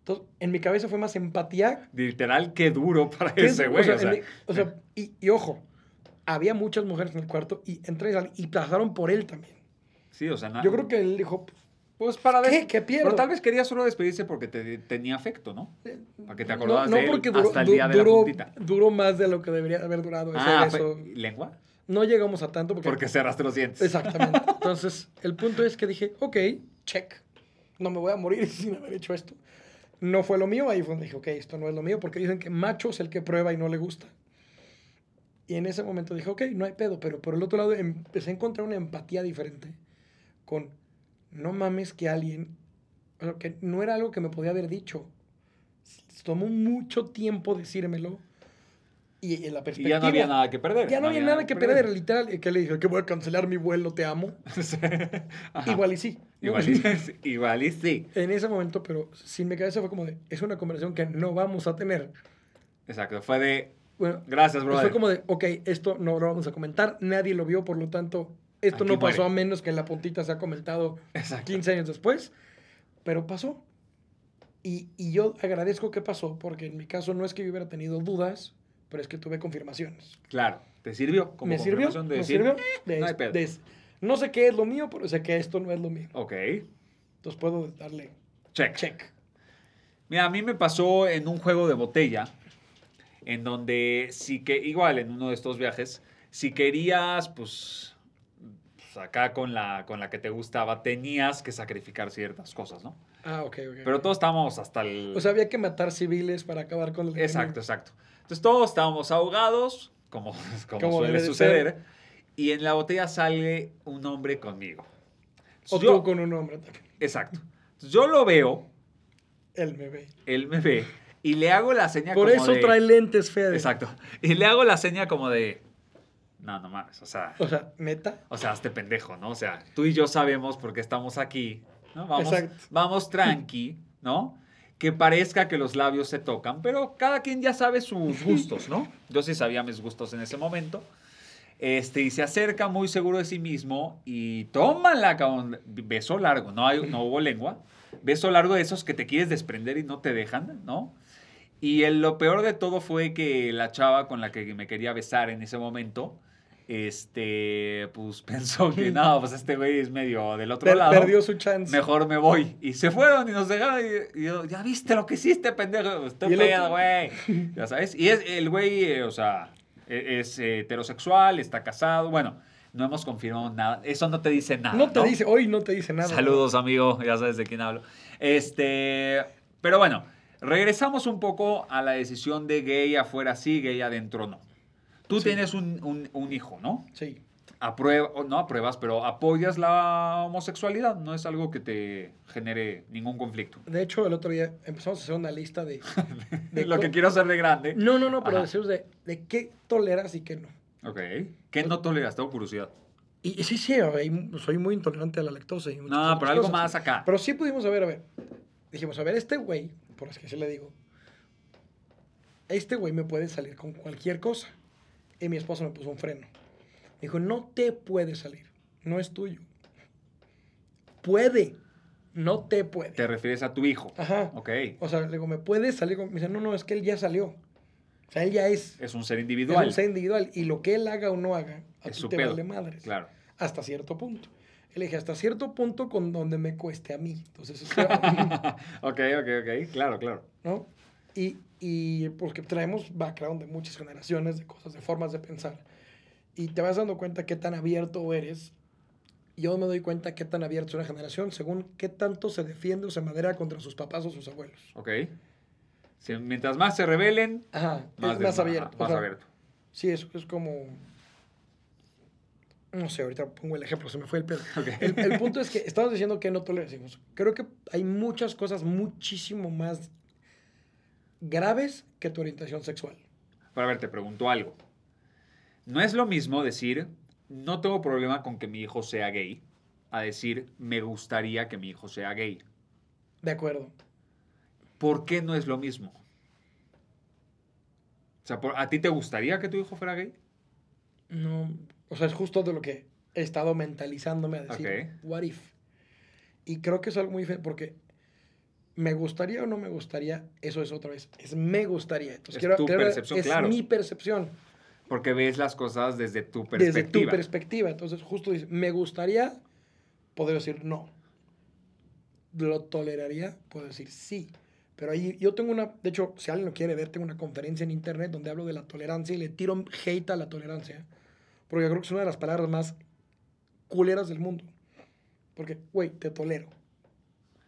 [SPEAKER 2] Entonces, en mi cabeza fue más empatía
[SPEAKER 1] Literal, qué duro para
[SPEAKER 2] ¿Qué es-
[SPEAKER 1] ese güey.
[SPEAKER 2] o sea, en mi- o sea, y, y ojo, había muchas mujeres en el cuarto y entré y salí, y pasaron por él también.
[SPEAKER 1] sí, o sea, nada.
[SPEAKER 2] Yo creo que él dijo,
[SPEAKER 1] Pues para
[SPEAKER 2] ¿Qué?
[SPEAKER 1] des-
[SPEAKER 2] ¿Qué pierdo?
[SPEAKER 1] Pero tal vez quería solo despedirse porque te tenía afecto, ¿no?
[SPEAKER 2] eh,
[SPEAKER 1] Para que te
[SPEAKER 2] no,
[SPEAKER 1] acordabas
[SPEAKER 2] no
[SPEAKER 1] de él
[SPEAKER 2] porque duró,
[SPEAKER 1] hasta el
[SPEAKER 2] du-
[SPEAKER 1] día de la
[SPEAKER 2] duró,
[SPEAKER 1] puntita.
[SPEAKER 2] duró más de lo que debería haber durado ese
[SPEAKER 1] Ah,
[SPEAKER 2] beso.
[SPEAKER 1] fue- ¿lengua?
[SPEAKER 2] No llegamos a tanto porque...
[SPEAKER 1] Porque cerraste los dientes.
[SPEAKER 2] Exactamente. [LAUGHS] Entonces, el punto es que dije, ok, check, no me voy a morir [LAUGHS] sin haber hecho esto. No fue lo mío, ahí fue donde dije, ok, esto no es lo mío, porque dicen que macho es el que prueba y no le gusta. Y en ese momento dije, ok, no hay pedo, pero por el otro lado empecé a encontrar una empatía diferente con, no mames que alguien, o sea, que no era algo que me podía haber dicho. Tomó mucho tiempo decírmelo. Y en la
[SPEAKER 1] Y
[SPEAKER 2] perspectiva...
[SPEAKER 1] ya no había nada que perder.
[SPEAKER 2] Ya no, había nada que perder,
[SPEAKER 1] [LAUGHS]
[SPEAKER 2] literal. Y que le dije que voy a cancelar mi vuelo, te amo. [LAUGHS]
[SPEAKER 1] Ajá.
[SPEAKER 2] Igual y sí. ¿no?
[SPEAKER 1] Igual y, sí, igual y sí.
[SPEAKER 2] En ese momento, pero sin mi cabeza fue como de, es una conversación que no vamos a tener.
[SPEAKER 1] Exacto. Fue de.
[SPEAKER 2] Bueno,
[SPEAKER 1] Gracias,
[SPEAKER 2] pues
[SPEAKER 1] brother.
[SPEAKER 2] fue como de, ok, esto no lo vamos a comentar, nadie lo vio, por lo tanto, esto
[SPEAKER 1] Aquí
[SPEAKER 2] no pasó
[SPEAKER 1] muere.
[SPEAKER 2] a menos que en la puntita se ha comentado
[SPEAKER 1] Exacto.
[SPEAKER 2] 15 años después, pero pasó. Y, y yo agradezco que pasó, porque en mi caso no es que yo hubiera tenido dudas, pero es que tuve confirmaciones.
[SPEAKER 1] Claro. ¿Te sirvió? Como
[SPEAKER 2] ¿Me sirvió?
[SPEAKER 1] confirmación de
[SPEAKER 2] ¿Me
[SPEAKER 1] decir,
[SPEAKER 2] sirvió?
[SPEAKER 1] "Eh,
[SPEAKER 2] De-
[SPEAKER 1] no hay pedo".
[SPEAKER 2] de- no sé qué es lo mío, pero sé que esto no es lo mío.
[SPEAKER 1] Ok.
[SPEAKER 2] Entonces puedo darle
[SPEAKER 1] Check.
[SPEAKER 2] check.
[SPEAKER 1] Mira, a mí me pasó en un juego de botella, en donde sí que, igual en uno de estos viajes, si querías, pues, pues, acá con la, con la que te gustaba, tenías que sacrificar ciertas cosas, ¿no?
[SPEAKER 2] Ah, ok, ok.
[SPEAKER 1] Pero todos estábamos hasta el...
[SPEAKER 2] O sea, había que matar civiles para acabar con el...
[SPEAKER 1] Exacto, exacto. Entonces todos estábamos ahogados, como, [LAUGHS] como
[SPEAKER 2] Como
[SPEAKER 1] suele
[SPEAKER 2] debe de
[SPEAKER 1] suceder, y en la botella sale un hombre conmigo.
[SPEAKER 2] O
[SPEAKER 1] Yo-
[SPEAKER 2] tú con un hombre también.
[SPEAKER 1] Exacto. Entonces, yo lo veo,
[SPEAKER 2] Él me ve.
[SPEAKER 1] él me ve, y le hago la señal
[SPEAKER 2] Por eso trae lentes, Fede.
[SPEAKER 1] Exacto. Y le hago la seña como de. No, no mames. O sea,
[SPEAKER 2] O sea, neta.
[SPEAKER 1] o sea, este pendejo, ¿no? O sea, tú y yo sabemos por qué estamos aquí. ¿no? Vamos,
[SPEAKER 2] Exacto.
[SPEAKER 1] vamos tranqui, ¿no? Que parezca que los labios se tocan, pero cada quien ya sabe sus gustos, ¿no? Yo sí sabía mis gustos en ese momento. Este, y se acerca muy seguro de sí mismo y tómala, cabrón. Beso largo, no, hay, no hubo lengua. Beso largo de esos que te quieres desprender y no te dejan, ¿no? Y el- lo peor de todo fue que la chava con la que me quería besar en ese momento, este, pues [LAUGHS] pensó que no, pues este güey es medio del otro
[SPEAKER 2] per-
[SPEAKER 1] lado.
[SPEAKER 2] perdió su chance.
[SPEAKER 1] Mejor me voy. Y se fueron y nos dejaron. Y, y yo, ya viste lo que hiciste, pendejo. Estoy
[SPEAKER 2] Y el
[SPEAKER 1] pedo,
[SPEAKER 2] otro- [LAUGHS]
[SPEAKER 1] güey. Ya sabes. Y es el güey, eh, o sea, e- es, eh, heterosexual, está casado. Bueno, no hemos confirmado nada. Eso no te dice nada.
[SPEAKER 2] no te dice, hoy no te dice nada.
[SPEAKER 1] Saludos, amigo. Ya sabes de quién hablo. Este, pero bueno, regresamos un poco a la decisión de gay afuera sí, gay adentro no. Tú
[SPEAKER 2] Sí.
[SPEAKER 1] tienes un, un- un hijo, ¿no?
[SPEAKER 2] Sí.
[SPEAKER 1] aprueba, o no apruebas, pero apoyas la homosexualidad. No es algo que te genere ningún conflicto.
[SPEAKER 2] De hecho, el otro día empezamos a hacer una lista
[SPEAKER 1] [LAUGHS]
[SPEAKER 2] de... de
[SPEAKER 1] Lo que
[SPEAKER 2] co-
[SPEAKER 1] quiero hacer de grande.
[SPEAKER 2] No, no, no, pero
[SPEAKER 1] Ajá.
[SPEAKER 2] deseos de, de qué toleras y qué no.
[SPEAKER 1] Ok. ¿Qué no toleras? Tengo curiosidad.
[SPEAKER 2] Y, y sí, sí, hay- soy muy intolerante a la lactosa. Y muchas
[SPEAKER 1] No,
[SPEAKER 2] otras
[SPEAKER 1] pero algo
[SPEAKER 2] cosas.
[SPEAKER 1] más acá.
[SPEAKER 2] Pero sí pudimos, a ver, a ver. Dijimos, a ver, este güey, por las que sí le digo, este güey me puede salir con cualquier cosa. Y mi esposa me puso un freno. Dijo, no te puede salir. No es tuyo. Puede. No te puede.
[SPEAKER 1] Te refieres a tu hijo.
[SPEAKER 2] Ajá.
[SPEAKER 1] Ok.
[SPEAKER 2] O sea, le digo, ¿me puede salir con.? Me dice, no, no, es que él ya salió. O sea, él ya es.
[SPEAKER 1] Es un ser
[SPEAKER 2] es
[SPEAKER 1] individual.
[SPEAKER 2] un ser individual. Y lo que él haga o no haga, a
[SPEAKER 1] Es
[SPEAKER 2] ti
[SPEAKER 1] su
[SPEAKER 2] te
[SPEAKER 1] pedo.
[SPEAKER 2] vale madres
[SPEAKER 1] Claro. [LAUGHS]
[SPEAKER 2] hasta cierto punto. Y Le dije, hasta cierto punto con donde me cueste a mí. Entonces, o sea,
[SPEAKER 1] ok, ok, ok. Claro, claro.
[SPEAKER 2] ¿no? Y, y porque traemos background de muchas generaciones, de cosas, de formas de pensar. Y te vas dando cuenta qué tan abierto eres. Yo me doy cuenta qué tan abierto es una generación según qué tanto se defiende o se madera contra sus papás o sus abuelos.
[SPEAKER 1] Ok. Si- mientras más se rebelen,
[SPEAKER 2] Ajá,
[SPEAKER 1] más,
[SPEAKER 2] es
[SPEAKER 1] des-
[SPEAKER 2] más
[SPEAKER 1] ajá,
[SPEAKER 2] abierto. o
[SPEAKER 1] Más
[SPEAKER 2] sea,
[SPEAKER 1] abierto.
[SPEAKER 2] Sí, eso es como... No sé, ahorita pongo el ejemplo, se me fue el pedo.
[SPEAKER 1] [LAUGHS] Ok.
[SPEAKER 2] El, el punto es que estamos diciendo que no toleras. hijos. Creo que hay muchas cosas muchísimo más graves que tu orientación sexual.
[SPEAKER 1] Pero a ver, te pregunto algo. No es lo mismo decir, no tengo problema con que mi hijo sea gay, a decir, me gustaría que mi hijo sea gay.
[SPEAKER 2] De acuerdo.
[SPEAKER 1] ¿Por qué no es lo mismo? O sea, por- ¿a ti te gustaría que tu hijo fuera gay?
[SPEAKER 2] No, o sea, es justo de lo que he estado mentalizándome a decir, what if. Y creo que es algo muy diferente porque me gustaría o no me gustaría, eso es otra vez, es me gustaría. Entonces,
[SPEAKER 1] Es
[SPEAKER 2] quiero-
[SPEAKER 1] tu
[SPEAKER 2] quiero-
[SPEAKER 1] percepción,
[SPEAKER 2] es
[SPEAKER 1] claro.
[SPEAKER 2] mi percepción.
[SPEAKER 1] Porque ves las cosas desde tu
[SPEAKER 2] desde
[SPEAKER 1] perspectiva.
[SPEAKER 2] tu perspectiva. Entonces, justo dices, me gustaría poder decir no. ¿Lo toleraría? Puedo decir sí. Pero ahí yo tengo una, de hecho, si alguien lo quiere ver, tengo una conferencia en internet donde hablo de la tolerancia y le tiro hate a la tolerancia. Porque creo que es una de las palabras más culeras del mundo. Porque, güey, te tolero.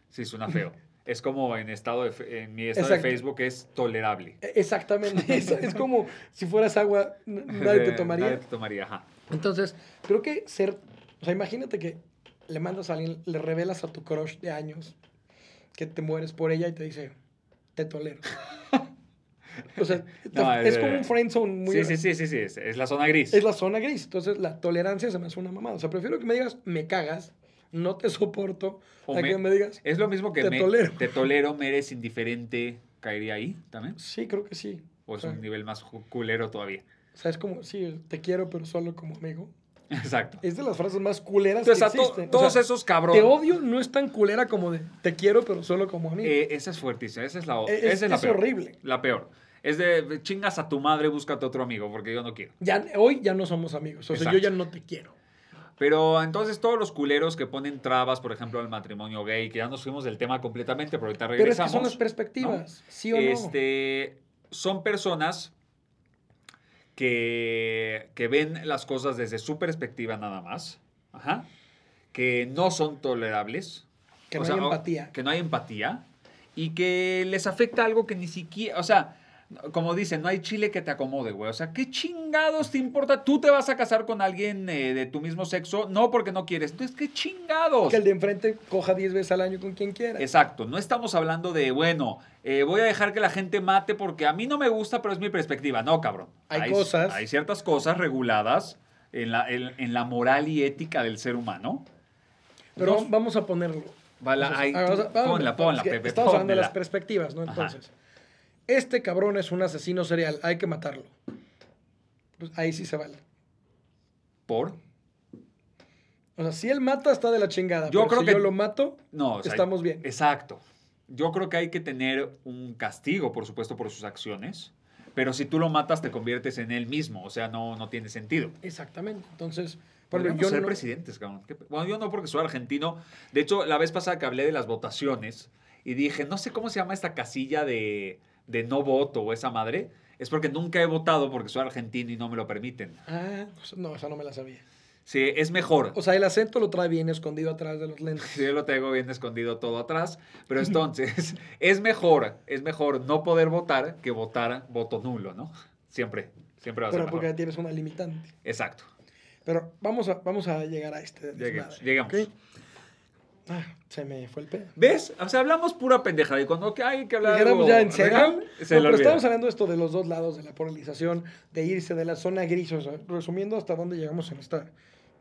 [SPEAKER 1] Sí, suena feo. Es como en, estado de fe- en mi estado
[SPEAKER 2] Exacto.
[SPEAKER 1] de Facebook es tolerable.
[SPEAKER 2] E- Exactamente. [LAUGHS] es, es como si fueras agua, n- nadie
[SPEAKER 1] De-
[SPEAKER 2] te
[SPEAKER 1] [LAUGHS]
[SPEAKER 2] tomaría.
[SPEAKER 1] Nadie te tomaría, ajá.
[SPEAKER 2] Entonces, creo que ser. O sea, imagínate que le mandas a alguien, le revelas a tu crush de años que te mueres por ella y te dice,
[SPEAKER 1] [LAUGHS]
[SPEAKER 2] te tolero. o sea, te-
[SPEAKER 1] No,
[SPEAKER 2] es
[SPEAKER 1] eh,
[SPEAKER 2] como un friend zone muy.
[SPEAKER 1] Sí, sí, sí, sí, sí, es, es la zona gris.
[SPEAKER 2] Es la zona gris. Entonces, la tolerancia se me hace una mamada. O sea, prefiero que me digas, me cagas, no te [LAUGHS] soporto,
[SPEAKER 1] O
[SPEAKER 2] a
[SPEAKER 1] me-
[SPEAKER 2] que me digas,
[SPEAKER 1] Es lo mismo que
[SPEAKER 2] Te
[SPEAKER 1] me-
[SPEAKER 2] tolero.
[SPEAKER 1] te tolero, me eres indiferente, caería ahí también.
[SPEAKER 2] sí, creo que sí.
[SPEAKER 1] O es
[SPEAKER 2] sea,
[SPEAKER 1] un nivel más ju- culero todavía. [LAUGHS]
[SPEAKER 2] O sea, es como, sí, te quiero, pero solo como amigo.
[SPEAKER 1] Exacto.
[SPEAKER 2] Es de las frases más culeras
[SPEAKER 1] Entonces, Pues a
[SPEAKER 2] que
[SPEAKER 1] to-
[SPEAKER 2] existen. O
[SPEAKER 1] todos
[SPEAKER 2] sea,
[SPEAKER 1] esos cabrones.
[SPEAKER 2] Te odio no es tan culera como de te quiero, pero solo como amigo.
[SPEAKER 1] Eh, esa es fuertísima. Esa es la, o-
[SPEAKER 2] Es-
[SPEAKER 1] esa es la
[SPEAKER 2] es
[SPEAKER 1] peor.
[SPEAKER 2] horrible.
[SPEAKER 1] La peor. Es de chingas a tu madre, búscate otro amigo, porque yo no quiero.
[SPEAKER 2] Ya, hoy ya no somos amigos. O sea,
[SPEAKER 1] Exacto.
[SPEAKER 2] yo ya no te quiero.
[SPEAKER 1] Pero entonces todos los culeros que ponen trabas, por ejemplo, al matrimonio gay, que ya nos fuimos del tema completamente, pero ahorita
[SPEAKER 2] Pero es
[SPEAKER 1] regresamos.
[SPEAKER 2] que son las perspectivas. ¿Sí o no?
[SPEAKER 1] este, Son personas que, que ven las cosas desde su perspectiva nada más, ajá, que no son tolerables.
[SPEAKER 2] que
[SPEAKER 1] o
[SPEAKER 2] no
[SPEAKER 1] sea,
[SPEAKER 2] hay
[SPEAKER 1] o-
[SPEAKER 2] empatía.
[SPEAKER 1] Que no hay empatía y que les afecta algo que ni siquiera, o sea, como dicen, no hay chile que te acomode, güey. O sea, ¿qué chingados te importa? Tú te vas a casar con alguien eh, de tu mismo sexo, no porque no quieres. Entonces, ¿qué chingados?
[SPEAKER 2] Que el de enfrente coja 10 veces al año con quien quiera.
[SPEAKER 1] Exacto, no estamos hablando de, bueno, eh, voy a dejar que la gente mate porque a mí no me gusta, pero es mi perspectiva. No, cabrón.
[SPEAKER 2] Hay cosas.
[SPEAKER 1] Hay ciertas cosas reguladas en la, en- en la moral y ética del ser humano.
[SPEAKER 2] Pero
[SPEAKER 1] No-
[SPEAKER 2] vamos a ponerlo.
[SPEAKER 1] Bala-
[SPEAKER 2] Entonces,
[SPEAKER 1] ay,
[SPEAKER 2] ah, vamos a- vamos a-
[SPEAKER 1] ponla,
[SPEAKER 2] es
[SPEAKER 1] ponla,
[SPEAKER 2] que
[SPEAKER 1] Pepe.
[SPEAKER 2] Estamos hablando de las
[SPEAKER 1] ponla.
[SPEAKER 2] perspectivas, ¿no?
[SPEAKER 1] Ajá.
[SPEAKER 2] Entonces, este cabrón es un asesino serial. Hay que matarlo. Pues ahí sí se vale.
[SPEAKER 1] ¿Por?
[SPEAKER 2] O sea, si él mata, está de la chingada.
[SPEAKER 1] Yo
[SPEAKER 2] pero
[SPEAKER 1] creo
[SPEAKER 2] si
[SPEAKER 1] que-
[SPEAKER 2] yo lo mato,
[SPEAKER 1] No, o sea,
[SPEAKER 2] estamos bien.
[SPEAKER 1] Exacto. Yo creo que hay que tener un castigo, por supuesto, por sus acciones. Pero si tú lo matas, te conviertes en él mismo. O sea, no, no tiene sentido.
[SPEAKER 2] Exactamente. Entonces, por ejemplo,
[SPEAKER 1] Podríamos
[SPEAKER 2] yo
[SPEAKER 1] ser
[SPEAKER 2] no-
[SPEAKER 1] presidentes, cabrón. Qué pe- Bueno, yo no porque soy argentino. De hecho, la vez pasada que hablé de las votaciones y dije, no sé cómo se llama esta casilla de, de no voto o esa madre. Es porque nunca he votado porque soy argentino y no me lo permiten.
[SPEAKER 2] Ah, pues, no, esa no me la sabía.
[SPEAKER 1] Sí, es mejor.
[SPEAKER 2] O sea, el acento lo trae bien escondido atrás de los lentes.
[SPEAKER 1] Sí, yo lo tengo bien escondido todo atrás.
[SPEAKER 2] [LAUGHS]
[SPEAKER 1] Pero entonces, es mejor, es mejor no poder votar que votar voto nulo, ¿no? Siempre, siempre va a ser
[SPEAKER 2] Pero porque
[SPEAKER 1] mejor.
[SPEAKER 2] tienes una limitante.
[SPEAKER 1] Exacto.
[SPEAKER 2] Pero vamos a, vamos a llegar a este.
[SPEAKER 1] Lleguemos,
[SPEAKER 2] desmadre,
[SPEAKER 1] llegamos.
[SPEAKER 2] ¿ok? Ah, se me fue el pedo.
[SPEAKER 1] ¿Ves? O sea, hablamos pura pendejada. Y cuando hay que hablar
[SPEAKER 2] Dijéramos
[SPEAKER 1] algo
[SPEAKER 2] ya en
[SPEAKER 1] real, se
[SPEAKER 2] serio. No,
[SPEAKER 1] lo
[SPEAKER 2] pero
[SPEAKER 1] olvida.
[SPEAKER 2] estamos hablando esto de los dos lados de la polarización, de irse de la zona gris, o sea, resumiendo hasta dónde llegamos en esta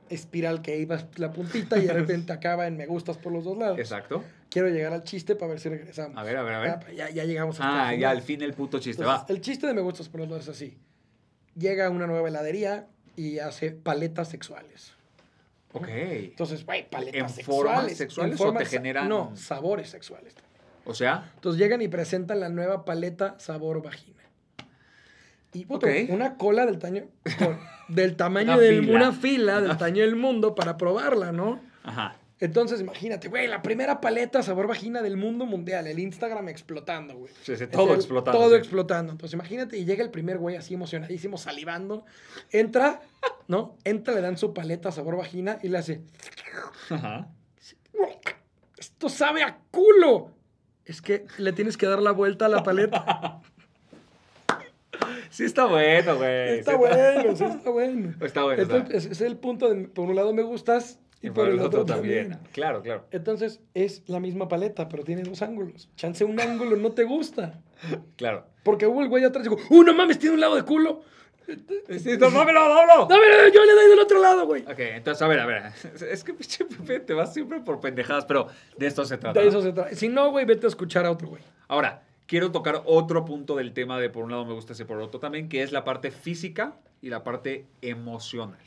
[SPEAKER 2] espiral que iba la puntita y
[SPEAKER 1] [LAUGHS]
[SPEAKER 2] de repente acaba en me gustas por los dos lados.
[SPEAKER 1] Exacto.
[SPEAKER 2] Quiero llegar al chiste para ver si regresamos.
[SPEAKER 1] A ver, a ver, a
[SPEAKER 2] Ah,
[SPEAKER 1] ver.
[SPEAKER 2] pues Ya, ya llegamos hasta
[SPEAKER 1] Ah,
[SPEAKER 2] el
[SPEAKER 1] ya
[SPEAKER 2] final.
[SPEAKER 1] al fin el puto chiste
[SPEAKER 2] Entonces,
[SPEAKER 1] va.
[SPEAKER 2] El chiste de me gustas por los dos es así. Llega a una nueva heladería y hace paletas sexuales.
[SPEAKER 1] Ok.
[SPEAKER 2] Entonces, güey, paletas
[SPEAKER 1] ¿En
[SPEAKER 2] sexuales.
[SPEAKER 1] formas sexuales o te
[SPEAKER 2] sa-
[SPEAKER 1] generan-
[SPEAKER 2] No, sabores sexuales.
[SPEAKER 1] O sea,
[SPEAKER 2] Entonces llegan y presentan la nueva paleta sabor vagina. Y puto,
[SPEAKER 1] Ok.
[SPEAKER 2] una cola del tamaño, con-
[SPEAKER 1] [LAUGHS]
[SPEAKER 2] del tamaño
[SPEAKER 1] Una
[SPEAKER 2] del,
[SPEAKER 1] fila.
[SPEAKER 2] una fila del tamaño del mundo para probarla, ¿no?
[SPEAKER 1] ajá.
[SPEAKER 2] Entonces imagínate, güey, la primera paleta sabor vagina del mundo mundial, el Instagram explotando, güey.
[SPEAKER 1] Sí, sí, Eh, todo
[SPEAKER 2] El-
[SPEAKER 1] explotando,
[SPEAKER 2] Todo
[SPEAKER 1] sí.
[SPEAKER 2] explotando. Entonces imagínate y llega el primer güey así emocionadísimo, salivando, entra, ¿no? Entra, le dan su paleta sabor vagina y le hace,
[SPEAKER 1] Ajá.
[SPEAKER 2] esto sabe a culo. Es que le tienes que dar la vuelta a la paleta.
[SPEAKER 1] Sí está bueno, güey. [LAUGHS]
[SPEAKER 2] Está
[SPEAKER 1] Sí [LAUGHS]
[SPEAKER 2] bueno, sí está bueno.
[SPEAKER 1] Está bueno,
[SPEAKER 2] Entonces,
[SPEAKER 1] está.
[SPEAKER 2] es, es el punto de, por un lado me gustas y, por, el otro, también.
[SPEAKER 1] Claro, claro.
[SPEAKER 2] Entonces, es la misma paleta, pero tiene dos ángulos. Chance un ángulo no te gusta.
[SPEAKER 1] Claro.
[SPEAKER 2] Porque hubo el güey atrás y dijo, ¡Uh, no mames, tiene un lado de culo!
[SPEAKER 1] Sí, no, dámelo, dámelo.
[SPEAKER 2] ¡No, mira, yo le doy del otro lado, güey!
[SPEAKER 1] [LAUGHS] Ok, entonces, a ver, a ver. [LAUGHS] Es que pinche Pepe te vas siempre por pendejadas, pero de esto se trata.
[SPEAKER 2] De
[SPEAKER 1] ¿no?
[SPEAKER 2] eso se trata. Si no, güey, vete a escuchar a otro güey.
[SPEAKER 1] Ahora, quiero tocar otro punto del tema de por un lado me gusta ese por otro también, que es la parte física y la parte emocional.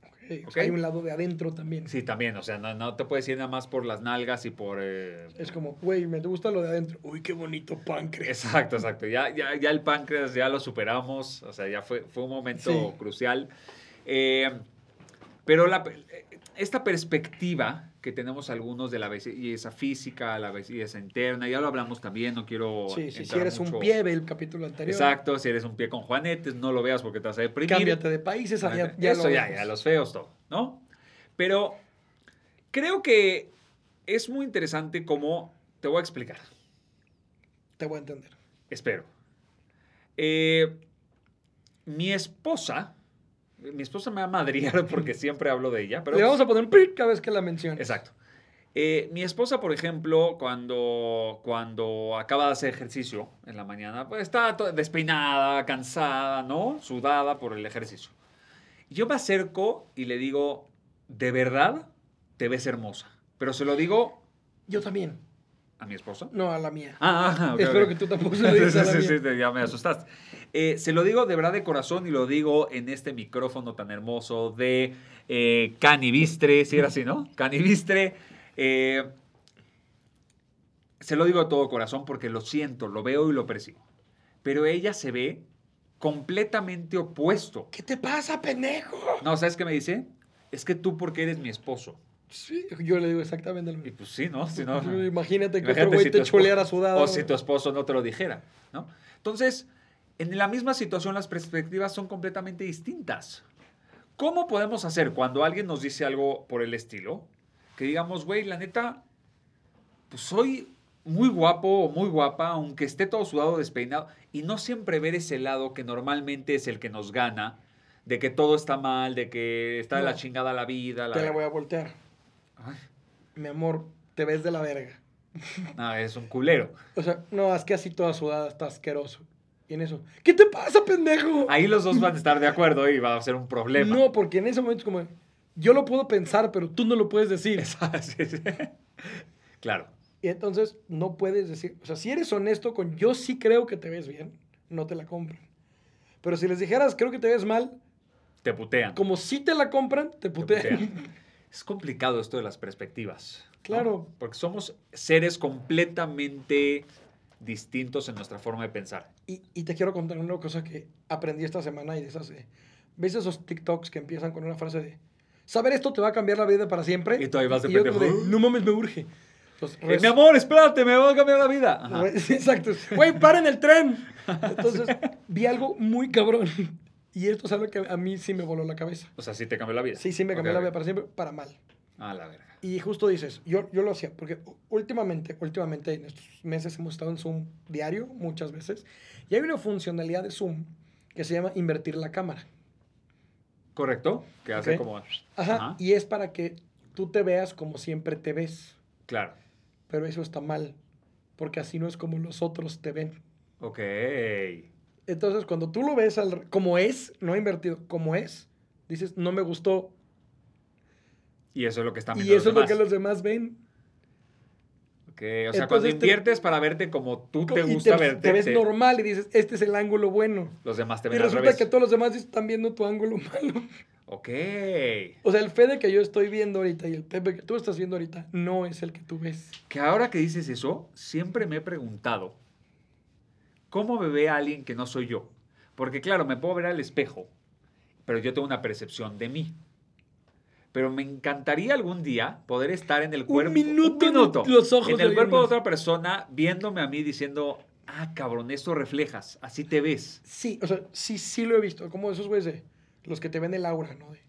[SPEAKER 2] Ok, o sea,
[SPEAKER 1] Ok.
[SPEAKER 2] Hay un lado de adentro también.
[SPEAKER 1] Sí, también, o sea, no, no te puedes ir nada más por las nalgas y por... eh,
[SPEAKER 2] Es como, güey, me gusta lo de adentro. ¡Uy, qué bonito páncreas!
[SPEAKER 1] Exacto, exacto. Ya, ya, ya el páncreas ya lo superamos, o sea, ya fue, fue un momento
[SPEAKER 2] Sí.
[SPEAKER 1] crucial. Eh, pero la, esta perspectiva que tenemos algunos de la belleza física, la belleza interna, ya lo hablamos también, no quiero...
[SPEAKER 2] Sí, sí, si
[SPEAKER 1] entrar
[SPEAKER 2] eres un
[SPEAKER 1] mucho-
[SPEAKER 2] pie, ve el capítulo anterior.
[SPEAKER 1] Exacto, si eres un pie con juanetes, no lo veas porque te vas a deprimir.
[SPEAKER 2] Cámbiate de países. ah, Ya, ya
[SPEAKER 1] Eso
[SPEAKER 2] lo
[SPEAKER 1] ya,
[SPEAKER 2] vemos.
[SPEAKER 1] ya, los feos todo, ¿no? Pero creo que es muy interesante cómo te voy a explicar.
[SPEAKER 2] Te voy a entender.
[SPEAKER 1] Espero. Eh, mi esposa, mi esposa me va a madriar [LAUGHS] porque siempre hablo de ella, pero pues
[SPEAKER 2] Le vamos a poner un pip cada vez que la menciones.
[SPEAKER 1] Exacto. Eh, mi esposa, por ejemplo, cuando, cuando acaba de hacer ejercicio en la mañana, pues está to- despeinada, cansada, ¿no? Sudada por el ejercicio. Y Yo me acerco y le digo, de verdad, te ves hermosa. Pero se lo digo
[SPEAKER 2] Yo también.
[SPEAKER 1] a mi esposa.
[SPEAKER 2] No, a la mía.
[SPEAKER 1] Ah, ah, ok,
[SPEAKER 2] Espero
[SPEAKER 1] ok.
[SPEAKER 2] que tú tampoco se lo digas Pues a
[SPEAKER 1] [LAUGHS]
[SPEAKER 2] la
[SPEAKER 1] Sí, sí,
[SPEAKER 2] mía.
[SPEAKER 1] sí, ya me asustaste. Eh, se lo digo de verdad de corazón y lo digo en este micrófono tan hermoso de eh, Canibistre, si era así, ¿no? Canibistre. eh, se lo digo de todo corazón porque lo siento, lo veo y lo percibo. Pero ella se ve completamente opuesto.
[SPEAKER 2] ¿Qué te pasa, pendejo?
[SPEAKER 1] No, ¿sabes qué me dice? Es que tú porque eres mi esposo.
[SPEAKER 2] Sí, yo le digo exactamente lo
[SPEAKER 1] Y
[SPEAKER 2] mismo.
[SPEAKER 1] pues sí, ¿no? Si no
[SPEAKER 2] Imagínate que
[SPEAKER 1] Imagínate
[SPEAKER 2] otro güey
[SPEAKER 1] si tu
[SPEAKER 2] te
[SPEAKER 1] esposo-
[SPEAKER 2] chuleara sudado.
[SPEAKER 1] O si tu esposo no te lo dijera, ¿no? Entonces, en la misma situación las perspectivas son completamente distintas. ¿Cómo podemos hacer cuando alguien nos dice algo por el estilo? Que digamos, güey, la neta, pues soy muy guapo o muy guapa, aunque esté todo sudado, despeinado, y no siempre ver ese lado que normalmente es el que nos gana, de que todo está mal, de que está de la
[SPEAKER 2] No.
[SPEAKER 1] chingada la vida. La
[SPEAKER 2] Te la voy a voltear.
[SPEAKER 1] Ay,
[SPEAKER 2] Mi amor, te ves de la verga.
[SPEAKER 1] no, Ah, es un culero.
[SPEAKER 2] O sea, no, es que así toda sudada está asqueroso. Y en eso, ¿qué te pasa, pendejo?
[SPEAKER 1] Ahí los dos van a estar de acuerdo y va a ser un problema.
[SPEAKER 2] No, porque en ese momento es como, yo lo puedo pensar, pero tú no lo puedes decir.
[SPEAKER 1] Esa- [LAUGHS] sí, sí. Claro.
[SPEAKER 2] Y entonces no puedes decir, o sea, si eres honesto con yo sí creo que te ves bien, no te la compran. Pero si les dijeras creo que te ves mal,
[SPEAKER 1] Te putean.
[SPEAKER 2] como sí te la compran, te
[SPEAKER 1] Te
[SPEAKER 2] putean.
[SPEAKER 1] putean. Es complicado esto de las perspectivas. ¿no?
[SPEAKER 2] Claro.
[SPEAKER 1] Porque somos seres completamente distintos en nuestra forma de pensar.
[SPEAKER 2] Y, y te quiero contar una cosa que aprendí esta semana y de esas, eh, ¿ves esos TikToks que empiezan con una frase de, saber esto te va a cambiar la vida para siempre?
[SPEAKER 1] Y tú ahí vas de
[SPEAKER 2] yo como
[SPEAKER 1] pendejo.
[SPEAKER 2] no mames, me urge. Entonces,
[SPEAKER 1] Eh,
[SPEAKER 2] res-
[SPEAKER 1] mi amor, espérate, me va a cambiar la vida. Ajá.
[SPEAKER 2] Re- sí, [LAUGHS] Exacto. Güey, paren
[SPEAKER 1] [LAUGHS]
[SPEAKER 2] el tren. Entonces, vi algo muy cabrón. Y esto es algo que a mí sí me voló la cabeza.
[SPEAKER 1] O sea, sí te cambió la vida.
[SPEAKER 2] Sí, sí me cambió
[SPEAKER 1] Ok,
[SPEAKER 2] la
[SPEAKER 1] ok.
[SPEAKER 2] vida para siempre, para mal.
[SPEAKER 1] Ah, la verga.
[SPEAKER 2] Y justo dices, yo, yo lo hacía, porque u- últimamente, últimamente en estos meses hemos estado en Zoom diario, muchas veces, y hay una funcionalidad de Zoom que se llama invertir la cámara.
[SPEAKER 1] Correcto, que hace
[SPEAKER 2] Ok.
[SPEAKER 1] como...
[SPEAKER 2] Ajá,
[SPEAKER 1] Ajá,
[SPEAKER 2] Y es para que tú te veas como siempre te ves.
[SPEAKER 1] Claro.
[SPEAKER 2] Pero eso está mal. Porque así no es como los otros te ven.
[SPEAKER 1] Ok.
[SPEAKER 2] Entonces, cuando tú lo ves al- como es, no invertido, como es, dices, no me gustó.
[SPEAKER 1] Y eso es lo que están
[SPEAKER 2] Y
[SPEAKER 1] viendo
[SPEAKER 2] eso es
[SPEAKER 1] los
[SPEAKER 2] lo que
[SPEAKER 1] demás.
[SPEAKER 2] los demás ven.
[SPEAKER 1] Ok, o sea, cuando
[SPEAKER 2] Entonces te-
[SPEAKER 1] inviertes para verte como tú te
[SPEAKER 2] y
[SPEAKER 1] gusta verte,
[SPEAKER 2] Te ves
[SPEAKER 1] te-
[SPEAKER 2] normal y dices, este es el ángulo bueno.
[SPEAKER 1] los demás te
[SPEAKER 2] Y
[SPEAKER 1] ven al
[SPEAKER 2] resulta
[SPEAKER 1] revés.
[SPEAKER 2] que todos los demás están viendo tu ángulo [LAUGHS] malo.
[SPEAKER 1] Ok.
[SPEAKER 2] O sea, el Fede que yo estoy viendo ahorita y el Pepe que tú estás viendo ahorita no es el que tú ves.
[SPEAKER 1] Que ahora que dices eso, siempre me he preguntado, ¿cómo me ve alguien que no soy yo? Porque claro, me puedo ver al espejo, pero yo tengo una percepción de mí. Pero me encantaría algún día poder estar en el cuerpo,
[SPEAKER 2] minuto en los ojos
[SPEAKER 1] en
[SPEAKER 2] de
[SPEAKER 1] el
[SPEAKER 2] alguien
[SPEAKER 1] cuerpo de
[SPEAKER 2] más.
[SPEAKER 1] otra persona, viéndome a mí diciendo, ah, cabrón, esto reflejas, así te ves.
[SPEAKER 2] Sí, o sea, sí, sí lo he visto. Como esos güeyes de los que te ven el aura, ¿no? De,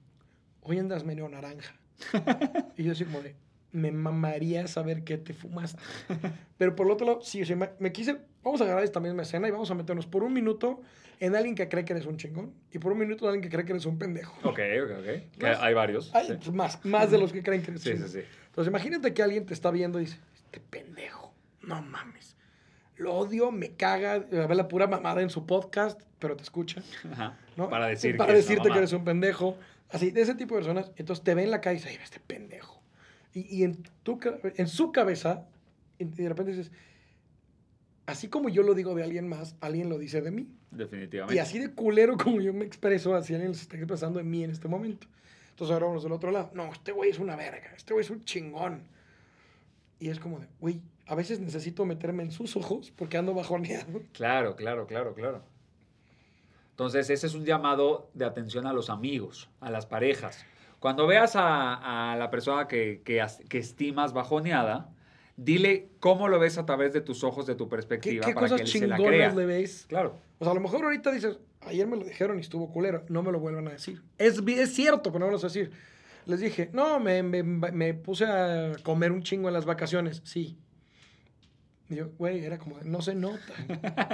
[SPEAKER 2] hoy andas medio
[SPEAKER 1] [LAUGHS]
[SPEAKER 2] naranja. y yo así como de, me mamaría saber qué te fumaste. Pero por el otro lado, sí, o sea, me, me quise, vamos a agarrar esta misma escena y vamos a meternos por un minuto en alguien que cree que eres un chingón y por un minuto en alguien que cree que eres un pendejo.
[SPEAKER 1] Ok, ok, ok. Que
[SPEAKER 2] Más-
[SPEAKER 1] hay varios.
[SPEAKER 2] Hay
[SPEAKER 1] Oh, sí.
[SPEAKER 2] pues, más, más de los que creen que eres
[SPEAKER 1] Sí, sí,
[SPEAKER 2] chingón.
[SPEAKER 1] sí.
[SPEAKER 2] Entonces imagínate que alguien te está viendo y dice, este pendejo, no mames. Lo odio, me caga, ve la pura mamada en su podcast, pero te escucha.
[SPEAKER 1] Ajá.
[SPEAKER 2] ¿no?
[SPEAKER 1] Para, decir
[SPEAKER 2] Para
[SPEAKER 1] que es una
[SPEAKER 2] decirte que
[SPEAKER 1] mamá.
[SPEAKER 2] eres un pendejo. Así, de ese tipo de personas. Entonces te ve en la calle y dices, "Ay, este pendejo. Y, y en, tu, ca- en su cabeza, y de repente dices, así como yo lo digo de alguien más, alguien lo dice de mí.
[SPEAKER 1] Definitivamente.
[SPEAKER 2] Y así de culero [LAUGHS] como yo me expreso, así alguien se está expresando en mí en este momento. Entonces ahora vamos del otro lado. No, este güey es una verga, este güey es un chingón. Y es como de, güey, a veces necesito meterme en sus ojos porque ando bajoneado.
[SPEAKER 1] Claro, claro, claro, claro. Entonces, ese es un llamado de atención a los amigos, a las parejas. Cuando veas a, a la persona que, que as- que estimas bajoneada, dile cómo lo ves a través de tus ojos, de tu
[SPEAKER 2] ¿Qué,
[SPEAKER 1] perspectiva,
[SPEAKER 2] qué
[SPEAKER 1] para que
[SPEAKER 2] cosas
[SPEAKER 1] él se la crea.
[SPEAKER 2] chingonas le ves? [LAUGHS]
[SPEAKER 1] Claro,
[SPEAKER 2] O sea, a lo mejor ahorita dices, ayer me lo dijeron y estuvo culero, no me lo vuelvan a decir. Es, vi- es cierto, pero no me lo vas a decir. Les dije, no, me, me- me puse a comer un chingo en las vacaciones. Sí. Y yo, güey, era como, de, no se nota.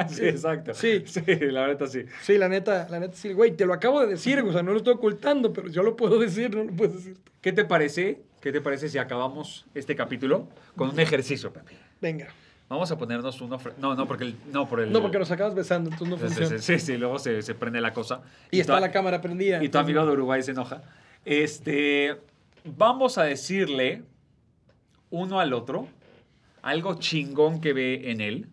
[SPEAKER 1] sí, exacto.
[SPEAKER 2] Sí.
[SPEAKER 1] sí, la verdad sí.
[SPEAKER 2] Sí, la neta, la neta, sí, güey, te lo acabo de decir, o sea, no lo estoy ocultando, pero yo lo puedo [LAUGHS] decir, no lo puedes decir. tú.
[SPEAKER 1] ¿Qué te parece? ¿Qué te parece si acabamos este capítulo con un ejercicio, papi?
[SPEAKER 2] Venga.
[SPEAKER 1] Vamos a ponernos uno... fre- No, no, porque el- no por el...
[SPEAKER 2] No, porque nos acabas besando, entonces
[SPEAKER 1] Sí,
[SPEAKER 2] no
[SPEAKER 1] sí,
[SPEAKER 2] funciona.
[SPEAKER 1] sí, sí, luego se, se prende la cosa.
[SPEAKER 2] Y está
[SPEAKER 1] toda-
[SPEAKER 2] la cámara prendida.
[SPEAKER 1] Y tu amigo de Uruguay se enoja. Este, vamos a decirle uno al otro algo chingón que ve en él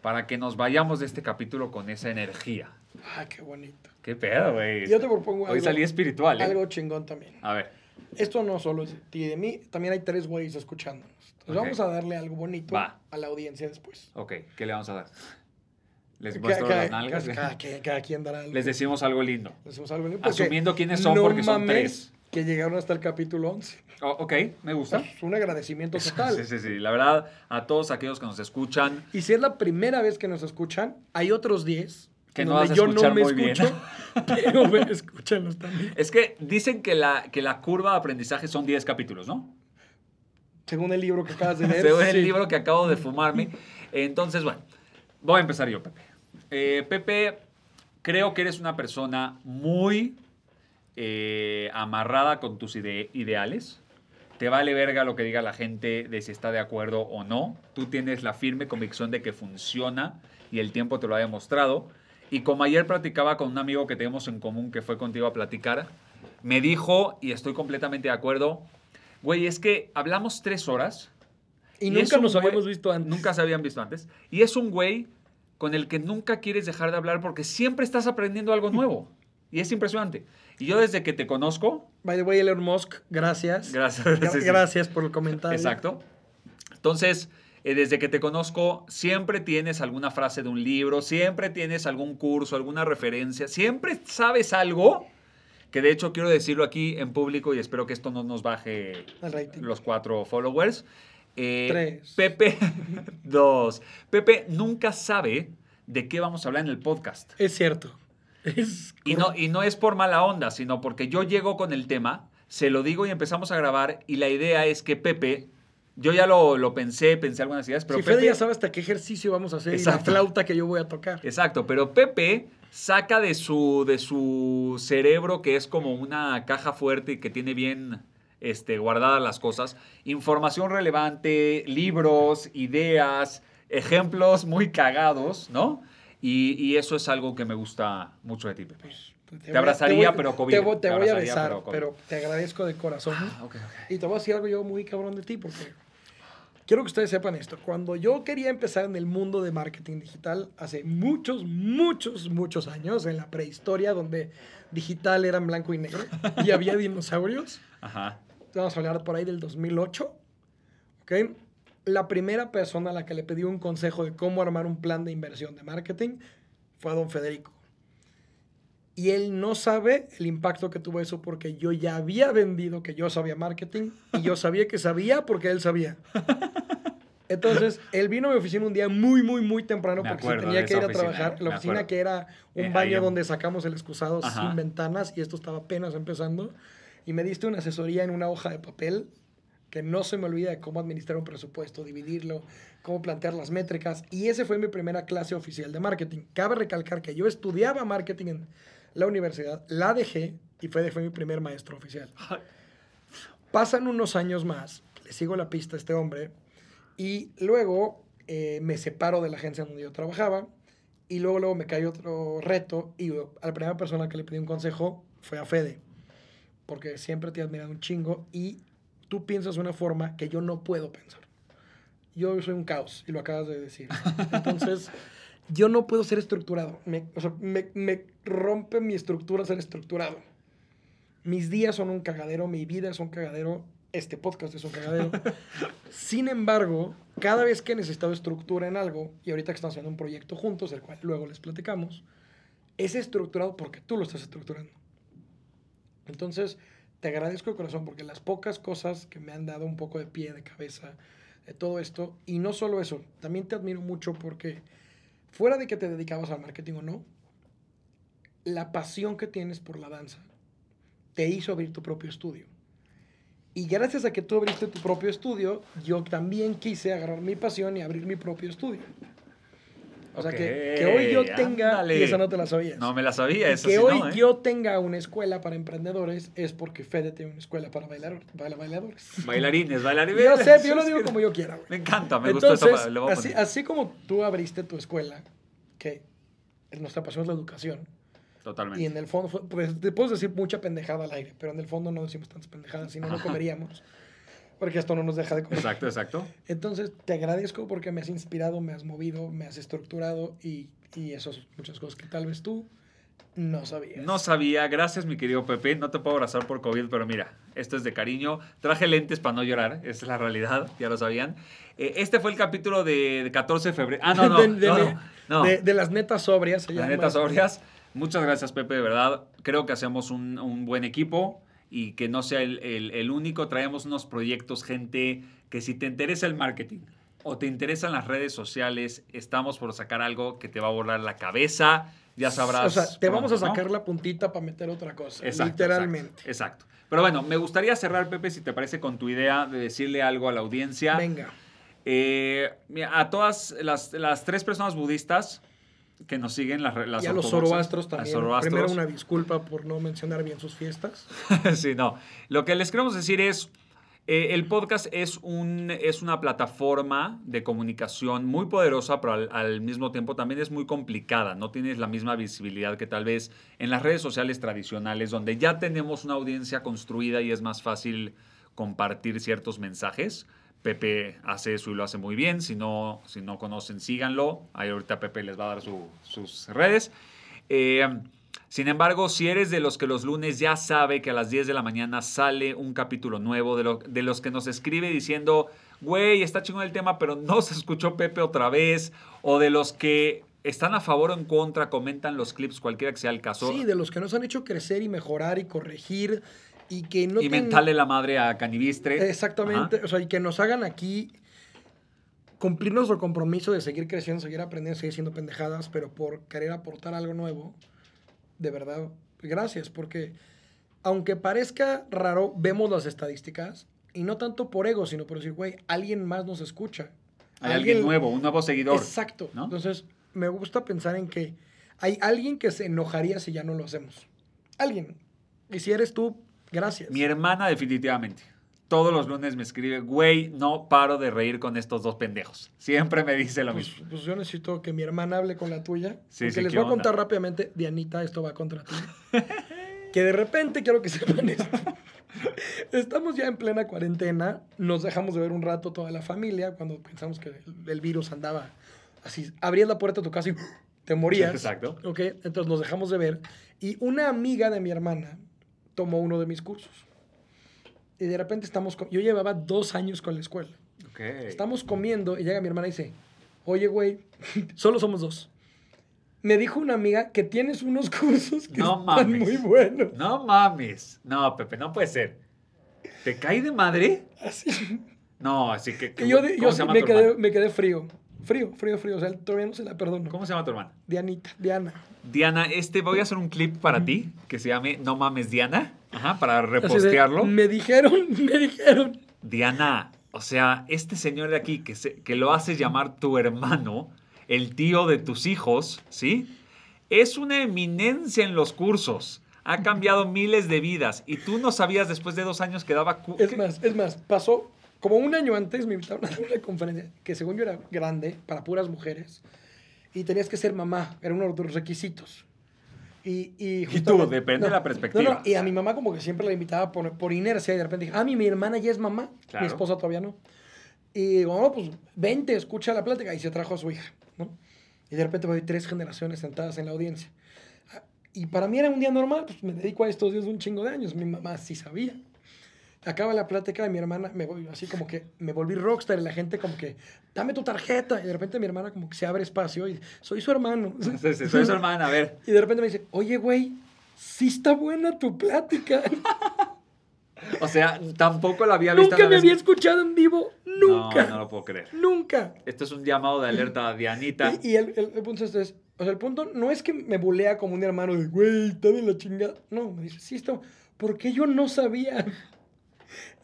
[SPEAKER 1] para que nos vayamos de este capítulo con esa energía.
[SPEAKER 2] Ah, qué bonito.
[SPEAKER 1] Qué pedo, güey.
[SPEAKER 2] Yo te propongo
[SPEAKER 1] Hoy
[SPEAKER 2] algo-
[SPEAKER 1] salí espiritual, ¿eh?
[SPEAKER 2] Algo chingón también.
[SPEAKER 1] A ver,
[SPEAKER 2] Esto no solo es de ti y de mí, también hay tres güeyes escuchándonos. Entonces
[SPEAKER 1] Ok.
[SPEAKER 2] vamos a darle algo bonito
[SPEAKER 1] Va.
[SPEAKER 2] a la audiencia después.
[SPEAKER 1] ok, ¿qué le vamos a dar? ¿Les
[SPEAKER 2] Ca-
[SPEAKER 1] muestro
[SPEAKER 2] cada-
[SPEAKER 1] las nalgas?
[SPEAKER 2] pues, cada, que- cada quien dará algo.
[SPEAKER 1] [LAUGHS] ¿Les decimos algo lindo?
[SPEAKER 2] Les decimos algo bonito, porque
[SPEAKER 1] Asumiendo quiénes son, porque son tres.
[SPEAKER 2] que llegaron hasta el capítulo 11.
[SPEAKER 1] O- Oh, ok, me gusta.
[SPEAKER 2] Es un agradecimiento total.
[SPEAKER 1] [LAUGHS] Sí, sí, sí. La verdad, a todos aquellos que nos escuchan,
[SPEAKER 2] Y si es la primera vez que nos escuchan, hay otros 10
[SPEAKER 1] Que
[SPEAKER 2] en
[SPEAKER 1] no
[SPEAKER 2] donde
[SPEAKER 1] vas a
[SPEAKER 2] yo
[SPEAKER 1] escuchar
[SPEAKER 2] no me
[SPEAKER 1] muy bien. [LAUGHS]
[SPEAKER 2] escucho, pero me escúchanlos también.
[SPEAKER 1] es que dicen que la, que la curva de aprendizaje son 10 capítulos, ¿no?
[SPEAKER 2] Según el libro que acabas de
[SPEAKER 1] [LAUGHS]
[SPEAKER 2] leer.
[SPEAKER 1] Según
[SPEAKER 2] sí.
[SPEAKER 1] el libro que acabo de fumarme. Entonces, bueno, voy a empezar yo, Pepe. Eh, Pepe, creo que eres una persona muy eh, amarrada con tus ide- ideales. Te vale verga lo que diga la gente de si está de acuerdo o no. Tú tienes la firme convicción de que funciona y el tiempo te lo ha demostrado. Y como ayer platicaba con un amigo que tenemos en común que fue contigo a platicar, me dijo, y estoy completamente de acuerdo, güey, es que hablamos tres horas
[SPEAKER 2] Y,
[SPEAKER 1] es
[SPEAKER 2] nunca
[SPEAKER 1] un
[SPEAKER 2] nos
[SPEAKER 1] güey-
[SPEAKER 2] habíamos visto antes.
[SPEAKER 1] Nunca se habían visto antes. Y es un güey con el que nunca quieres dejar de hablar porque siempre estás aprendiendo algo nuevo. Y es impresionante. Y yo desde que te conozco,
[SPEAKER 2] By the way, Elon Musk, gracias.
[SPEAKER 1] Gracias,
[SPEAKER 2] [LAUGHS] Gra-
[SPEAKER 1] [LAUGHS] sí, sí.
[SPEAKER 2] Gracias por el comentario.
[SPEAKER 1] exacto. Entonces, eh, desde que te conozco, siempre tienes alguna frase de un libro, siempre tienes algún curso, alguna referencia, siempre sabes algo, que de hecho quiero decirlo aquí en público y espero que esto no nos baje
[SPEAKER 2] El rating.
[SPEAKER 1] los cuatro followers. Eh,
[SPEAKER 2] Tres.
[SPEAKER 1] Pepe, [LAUGHS] dos. Pepe nunca sabe de qué vamos a hablar en el podcast.
[SPEAKER 2] Es cierto. Es
[SPEAKER 1] Y no, y no es por mala onda, sino porque yo llego con el tema, se lo digo y empezamos a grabar. Y la idea es que Pepe, yo ya lo, lo pensé, pensé algunas ideas, pero
[SPEAKER 2] si Fede
[SPEAKER 1] Pepe.
[SPEAKER 2] ya sabe hasta qué ejercicio vamos a hacer y la
[SPEAKER 1] Exacto.
[SPEAKER 2] flauta que yo voy a tocar.
[SPEAKER 1] Exacto, pero Pepe saca de su, de su cerebro, que es como una caja fuerte y que tiene bien este, guardadas las cosas, información relevante, libros, ideas, ejemplos muy cagados, ¿no? Y, y eso es algo que me gusta mucho de ti, Pepe. Te
[SPEAKER 2] voy a-
[SPEAKER 1] abrazaría,
[SPEAKER 2] voy-
[SPEAKER 1] pero COVID.
[SPEAKER 2] Te, voy- te
[SPEAKER 1] Te
[SPEAKER 2] voy a
[SPEAKER 1] abrazaría,
[SPEAKER 2] besar,
[SPEAKER 1] pero
[SPEAKER 2] pero,
[SPEAKER 1] COVID.
[SPEAKER 2] te agradezco de corazón.
[SPEAKER 1] Ah, ok, ok.
[SPEAKER 2] Y te voy a decir algo yo muy cabrón de ti, porque quiero que ustedes sepan esto. Cuando yo quería empezar en el mundo de marketing digital, hace muchos, muchos, muchos años, en la prehistoria, donde digital era en blanco y negro y había dinosaurios,
[SPEAKER 1] Ajá.
[SPEAKER 2] vamos a hablar por ahí del 2008, ¿ok? La primera persona a la que le pedí un consejo de cómo armar un plan de inversión de marketing fue a don Federico. Y él no sabe el impacto que tuvo eso porque yo ya había vendido que yo sabía marketing y yo sabía que sabía porque él sabía. Entonces, él vino a mi oficina un día muy, muy, muy temprano
[SPEAKER 1] Me
[SPEAKER 2] porque
[SPEAKER 1] acuerdo
[SPEAKER 2] se
[SPEAKER 1] de
[SPEAKER 2] tenía que
[SPEAKER 1] esa
[SPEAKER 2] ir a
[SPEAKER 1] oficina,
[SPEAKER 2] trabajar.
[SPEAKER 1] me
[SPEAKER 2] La oficina
[SPEAKER 1] acuerdo.
[SPEAKER 2] que era un
[SPEAKER 1] Eh, ahí
[SPEAKER 2] baño
[SPEAKER 1] en-
[SPEAKER 2] donde sacamos el excusado
[SPEAKER 1] Ajá.
[SPEAKER 2] sin ventanas y esto estaba apenas empezando. Y me diste una asesoría en una hoja de papel que no se me olvida de cómo administrar un presupuesto, dividirlo, cómo plantear las métricas. Y ese fue mi primera clase oficial de marketing. Cabe recalcar que yo estudiaba marketing en la universidad, la dejé y fue, fue mi primer maestro oficial. Pasan unos años más, le sigo la pista a este hombre, y luego eh, me separo de la agencia donde yo trabajaba, y luego, luego me cae otro reto, y yo- a la primera persona que le pedí un consejo fue a Fede, porque siempre te he admirado un chingo, y tú piensas de una forma que yo no puedo pensar. Yo soy un caos, y lo acabas de decir. Entonces, yo no puedo ser estructurado. Me, o sea, me- me rompe mi estructura ser estructurado. Mis días son un cagadero, mi vida es un cagadero, este podcast es un cagadero. Sin embargo, cada vez que he necesitado estructura en algo, y ahorita que estamos haciendo un proyecto juntos, el cual luego les platicamos, es estructurado porque tú lo estás estructurando. Entonces, te agradezco de corazón porque las pocas cosas que me han dado un poco de pie, de cabeza, de todo esto, y no solo eso, también te admiro mucho porque fuera de que te dedicabas al marketing o no, la pasión que tienes por la danza te hizo abrir tu propio estudio. Y gracias a que tú abriste tu propio estudio, yo también quise agarrar mi pasión y abrir mi propio estudio. O sea, que, que hoy yo
[SPEAKER 1] Ok,
[SPEAKER 2] tenga...
[SPEAKER 1] ándale.
[SPEAKER 2] Y esa no te la sabías.
[SPEAKER 1] No me la sabía,
[SPEAKER 2] Y
[SPEAKER 1] eso
[SPEAKER 2] que
[SPEAKER 1] sí
[SPEAKER 2] hoy
[SPEAKER 1] no, ¿eh?
[SPEAKER 2] yo tenga una escuela para emprendedores es porque Fede tiene una escuela para bailar, para bailadores.
[SPEAKER 1] Bailarines, bailarines.
[SPEAKER 2] Yo sé, yo
[SPEAKER 1] [LAUGHS]
[SPEAKER 2] lo digo como yo quiera, güey.
[SPEAKER 1] Me encanta, me
[SPEAKER 2] Entonces,
[SPEAKER 1] gustó esa pa- le voy a
[SPEAKER 2] así,
[SPEAKER 1] poner.
[SPEAKER 2] así como tú abriste tu escuela, que es nuestra pasión es la educación,
[SPEAKER 1] Totalmente.
[SPEAKER 2] y en el fondo, fue- pues, te puedo decir mucha pendejada al aire, pero en el fondo no decimos tantas pendejadas, si no, no
[SPEAKER 1] Ajá.
[SPEAKER 2] comeríamos, porque esto no nos deja de comer.
[SPEAKER 1] Exacto, exacto.
[SPEAKER 2] Entonces, te agradezco porque me has inspirado, me has movido, me has estructurado y, y eso son muchas cosas que tal vez tú no sabías.
[SPEAKER 1] No sabía, gracias mi querido Pepe, no te puedo abrazar por COVID, pero mira, esto es de cariño. Traje lentes para no llorar, esa es la realidad, ya lo sabían. Eh, este fue el capítulo de 14 de febrero. Ah, no, no,
[SPEAKER 2] [LAUGHS] de, de-
[SPEAKER 1] no,
[SPEAKER 2] de-
[SPEAKER 1] no, no.
[SPEAKER 2] de- de las netas sobrias. se
[SPEAKER 1] Las
[SPEAKER 2] llama.
[SPEAKER 1] netas sobrias. Muchas gracias, Pepe, de verdad. Creo que hacemos un, un buen equipo y que no sea el, el- el único. Traemos unos proyectos, gente, que si te interesa el marketing o te interesan las redes sociales, estamos por sacar algo que te va a volar la cabeza. Ya sabrás.
[SPEAKER 2] O sea, te vamos a
[SPEAKER 1] pronto, ¿no?
[SPEAKER 2] sacar la puntita para meter otra cosa.
[SPEAKER 1] Exacto,
[SPEAKER 2] literalmente.
[SPEAKER 1] Exacto, exacto. Pero bueno, me gustaría cerrar, Pepe, si te parece, con tu idea de decirle algo a la audiencia.
[SPEAKER 2] Venga.
[SPEAKER 1] Eh, mira, a todas las, las tres personas budistas que nos siguen, las, re- las
[SPEAKER 2] y a los
[SPEAKER 1] ortodoxas,
[SPEAKER 2] zoroastros
[SPEAKER 1] a los
[SPEAKER 2] también.
[SPEAKER 1] zoroastros.
[SPEAKER 2] Primero una disculpa por no mencionar bien sus fiestas.
[SPEAKER 1] [LAUGHS] sí, no. Lo que les queremos decir es, eh, el podcast es, un, es una plataforma de comunicación muy poderosa, pero al, al mismo tiempo también es muy complicada. No tienes la misma visibilidad que tal vez en las redes sociales tradicionales, donde ya tenemos una audiencia construida y es más fácil compartir ciertos mensajes. Pepe hace eso y lo hace muy bien. Si no, si no conocen, síganlo. Ahí ahorita Pepe les va a dar su- sus redes. Eh, sin embargo, si eres de los que los lunes ya sabe que a las 10 de la mañana sale un capítulo nuevo, de, lo- de los que nos escribe diciendo, güey, está chingón el tema, pero no se escuchó Pepe otra vez, o de los que están a favor o en contra, comentan los clips, cualquiera que sea el caso,
[SPEAKER 2] Sí, de los que nos han hecho crecer y mejorar y corregir y que no
[SPEAKER 1] y
[SPEAKER 2] ten-
[SPEAKER 1] mentarle la madre a Canibistre.
[SPEAKER 2] Exactamente. O sea, y que nos hagan aquí cumplir nuestro compromiso de seguir creciendo, seguir aprendiendo, seguir siendo pendejadas, pero por querer aportar algo nuevo. De verdad, gracias, porque aunque parezca raro, vemos las estadísticas y no tanto por ego, sino por decir, güey, alguien más nos escucha.
[SPEAKER 1] Hay alguien nuevo, un nuevo seguidor.
[SPEAKER 2] Exacto.
[SPEAKER 1] ¿no?
[SPEAKER 2] Entonces, me gusta pensar en que hay alguien que se enojaría si ya no lo hacemos. Alguien. Y si eres tú, gracias.
[SPEAKER 1] Mi hermana definitivamente. Todos los lunes me escribe, güey, no paro de reír con estos dos pendejos. Siempre me dice lo
[SPEAKER 2] pues,
[SPEAKER 1] mismo.
[SPEAKER 2] pues yo necesito que mi hermana hable con la tuya.
[SPEAKER 1] Sí,
[SPEAKER 2] porque
[SPEAKER 1] sí,
[SPEAKER 2] les
[SPEAKER 1] ¿qué
[SPEAKER 2] voy a contar
[SPEAKER 1] onda?
[SPEAKER 2] rápidamente, Dianita, esto va contra ti. que de repente quiero que sepan esto. [LAUGHS] Estamos ya en plena cuarentena, nos dejamos de ver un rato toda la familia cuando pensamos que el- el virus andaba así. Abrías la puerta de tu casa y te morías.
[SPEAKER 1] Exacto.
[SPEAKER 2] Ok, entonces nos dejamos de ver. Y una amiga de mi hermana tomó uno de mis cursos. Y de repente estamos. co- Yo llevaba dos años con la escuela.
[SPEAKER 1] Ok.
[SPEAKER 2] Estamos comiendo y llega mi hermana y dice, oye, güey, [LAUGHS] solo somos dos. Me dijo una amiga que tienes unos [LAUGHS] cursos que
[SPEAKER 1] No
[SPEAKER 2] están
[SPEAKER 1] mames.
[SPEAKER 2] muy buenos.
[SPEAKER 1] No mames. No, Pepe, no puede ser. ¿Te cae de madre?
[SPEAKER 2] Así.
[SPEAKER 1] No, así que...
[SPEAKER 2] Que yo
[SPEAKER 1] ¿cómo
[SPEAKER 2] di- yo
[SPEAKER 1] se
[SPEAKER 2] sí
[SPEAKER 1] llama
[SPEAKER 2] me
[SPEAKER 1] tu
[SPEAKER 2] quedé,
[SPEAKER 1] hermana?
[SPEAKER 2] me quedé frío. Frío, frío, frío. O sea, todavía no se la perdono.
[SPEAKER 1] ¿Cómo se llama tu hermana?
[SPEAKER 2] Dianita, Diana.
[SPEAKER 1] Diana, este voy a hacer un clip para ti que se llame No mames Diana, ajá, para
[SPEAKER 2] Así de,
[SPEAKER 1] repostearlo.
[SPEAKER 2] me dijeron, [LAUGHS] me dijeron.
[SPEAKER 1] Diana, o sea, este señor de aquí que, se- que lo hace llamar tu hermano, el tío de tus hijos, ¿sí? Es una eminencia en los cursos. Ha cambiado miles de vidas y tú no sabías después de dos años que daba... cu-
[SPEAKER 2] Es
[SPEAKER 1] ¿qué?
[SPEAKER 2] más, es más, pasó como un año antes me invitaron a dar una conferencia que según yo era grande, para puras mujeres, y tenías que ser mamá, era uno de los requisitos. Y, y,
[SPEAKER 1] tú,
[SPEAKER 2] justamente-
[SPEAKER 1] depende de la perspectiva.
[SPEAKER 2] No, no, y a mi mamá como que siempre la invitaba por, por inercia y de repente dije, ah, mi, mi hermana ya es mamá,
[SPEAKER 1] Claro.
[SPEAKER 2] mi esposa todavía no. Y digo, no, pues vente, escucha la plática y se trajo a su hija, ¿no? Y de repente voy tres generaciones sentadas en la audiencia. Y para mí era un día normal, pues me dedico a estos días un chingo de años, mi mamá sí sabía. Acaba la plática de mi hermana, me voy así como que me volví rockstar y la gente como que, dame tu tarjeta. Y de repente mi hermana como que se abre espacio y soy su hermano.
[SPEAKER 1] [LAUGHS] Sí, sí, Soy su hermana, a ver.
[SPEAKER 2] [LAUGHS] Y de repente me dice, oye, güey, sí está buena tu plática.
[SPEAKER 1] O sea, tampoco la había visto...
[SPEAKER 2] [LAUGHS] nunca
[SPEAKER 1] en
[SPEAKER 2] me
[SPEAKER 1] la
[SPEAKER 2] había
[SPEAKER 1] vez-
[SPEAKER 2] escuchado en vivo, nunca,
[SPEAKER 1] No, no lo puedo creer.
[SPEAKER 2] nunca.
[SPEAKER 1] Esto es un llamado de alerta a Dianita.
[SPEAKER 2] [LAUGHS] Y, y el, el- el punto es, es- o sea, el punto no es que me bulea como un hermano de, güey, está de la chingada. No, me dice, sí, está, porque yo no sabía?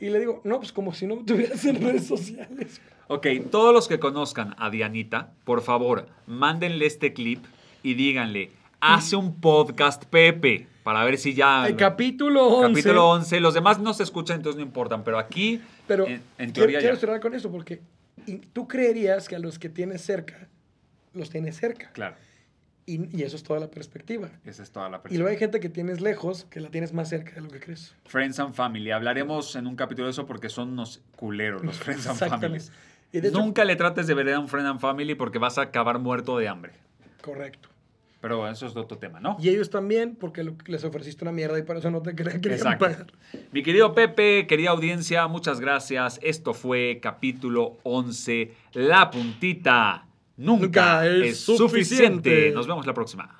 [SPEAKER 2] Y le digo, no, pues como si no me tuvieras en redes sociales.
[SPEAKER 1] Ok, todos los que conozcan a Dianita, por favor, mándenle este clip y díganle, hace un podcast Pepe, para ver si ya...
[SPEAKER 2] El capítulo 11.
[SPEAKER 1] Ah, Capítulo 11. Los demás no se escuchan, entonces no importan, pero aquí,
[SPEAKER 2] Pero
[SPEAKER 1] en, en
[SPEAKER 2] quiero-
[SPEAKER 1] teoría
[SPEAKER 2] quiero
[SPEAKER 1] ya.
[SPEAKER 2] cerrar con eso porque y tú creerías que a los que tienes cerca, los tienes cerca.
[SPEAKER 1] Claro,
[SPEAKER 2] Y, y eso es toda la perspectiva.
[SPEAKER 1] esa es toda la
[SPEAKER 2] Y
[SPEAKER 1] persona.
[SPEAKER 2] luego hay gente que tienes lejos, que la tienes más cerca de lo que crees.
[SPEAKER 1] Friends and Family. Hablaremos en un capítulo de eso porque son unos culeros los Friends and
[SPEAKER 2] Exactamente.
[SPEAKER 1] Families.
[SPEAKER 2] Y de hecho-
[SPEAKER 1] Nunca le trates de ver a un Friend and Family porque vas a acabar muerto de hambre.
[SPEAKER 2] Correcto.
[SPEAKER 1] Pero bueno, eso es otro tema, ¿no?
[SPEAKER 2] Y ellos también, porque lo- les ofreciste una mierda y por eso no te creen que
[SPEAKER 1] Exacto. Mi querido Pepe, querida audiencia, muchas gracias. Esto fue capítulo 11, La Puntita. Nunca,
[SPEAKER 2] Nunca es
[SPEAKER 1] es suficiente.
[SPEAKER 2] suficiente.
[SPEAKER 1] Nos vemos la próxima.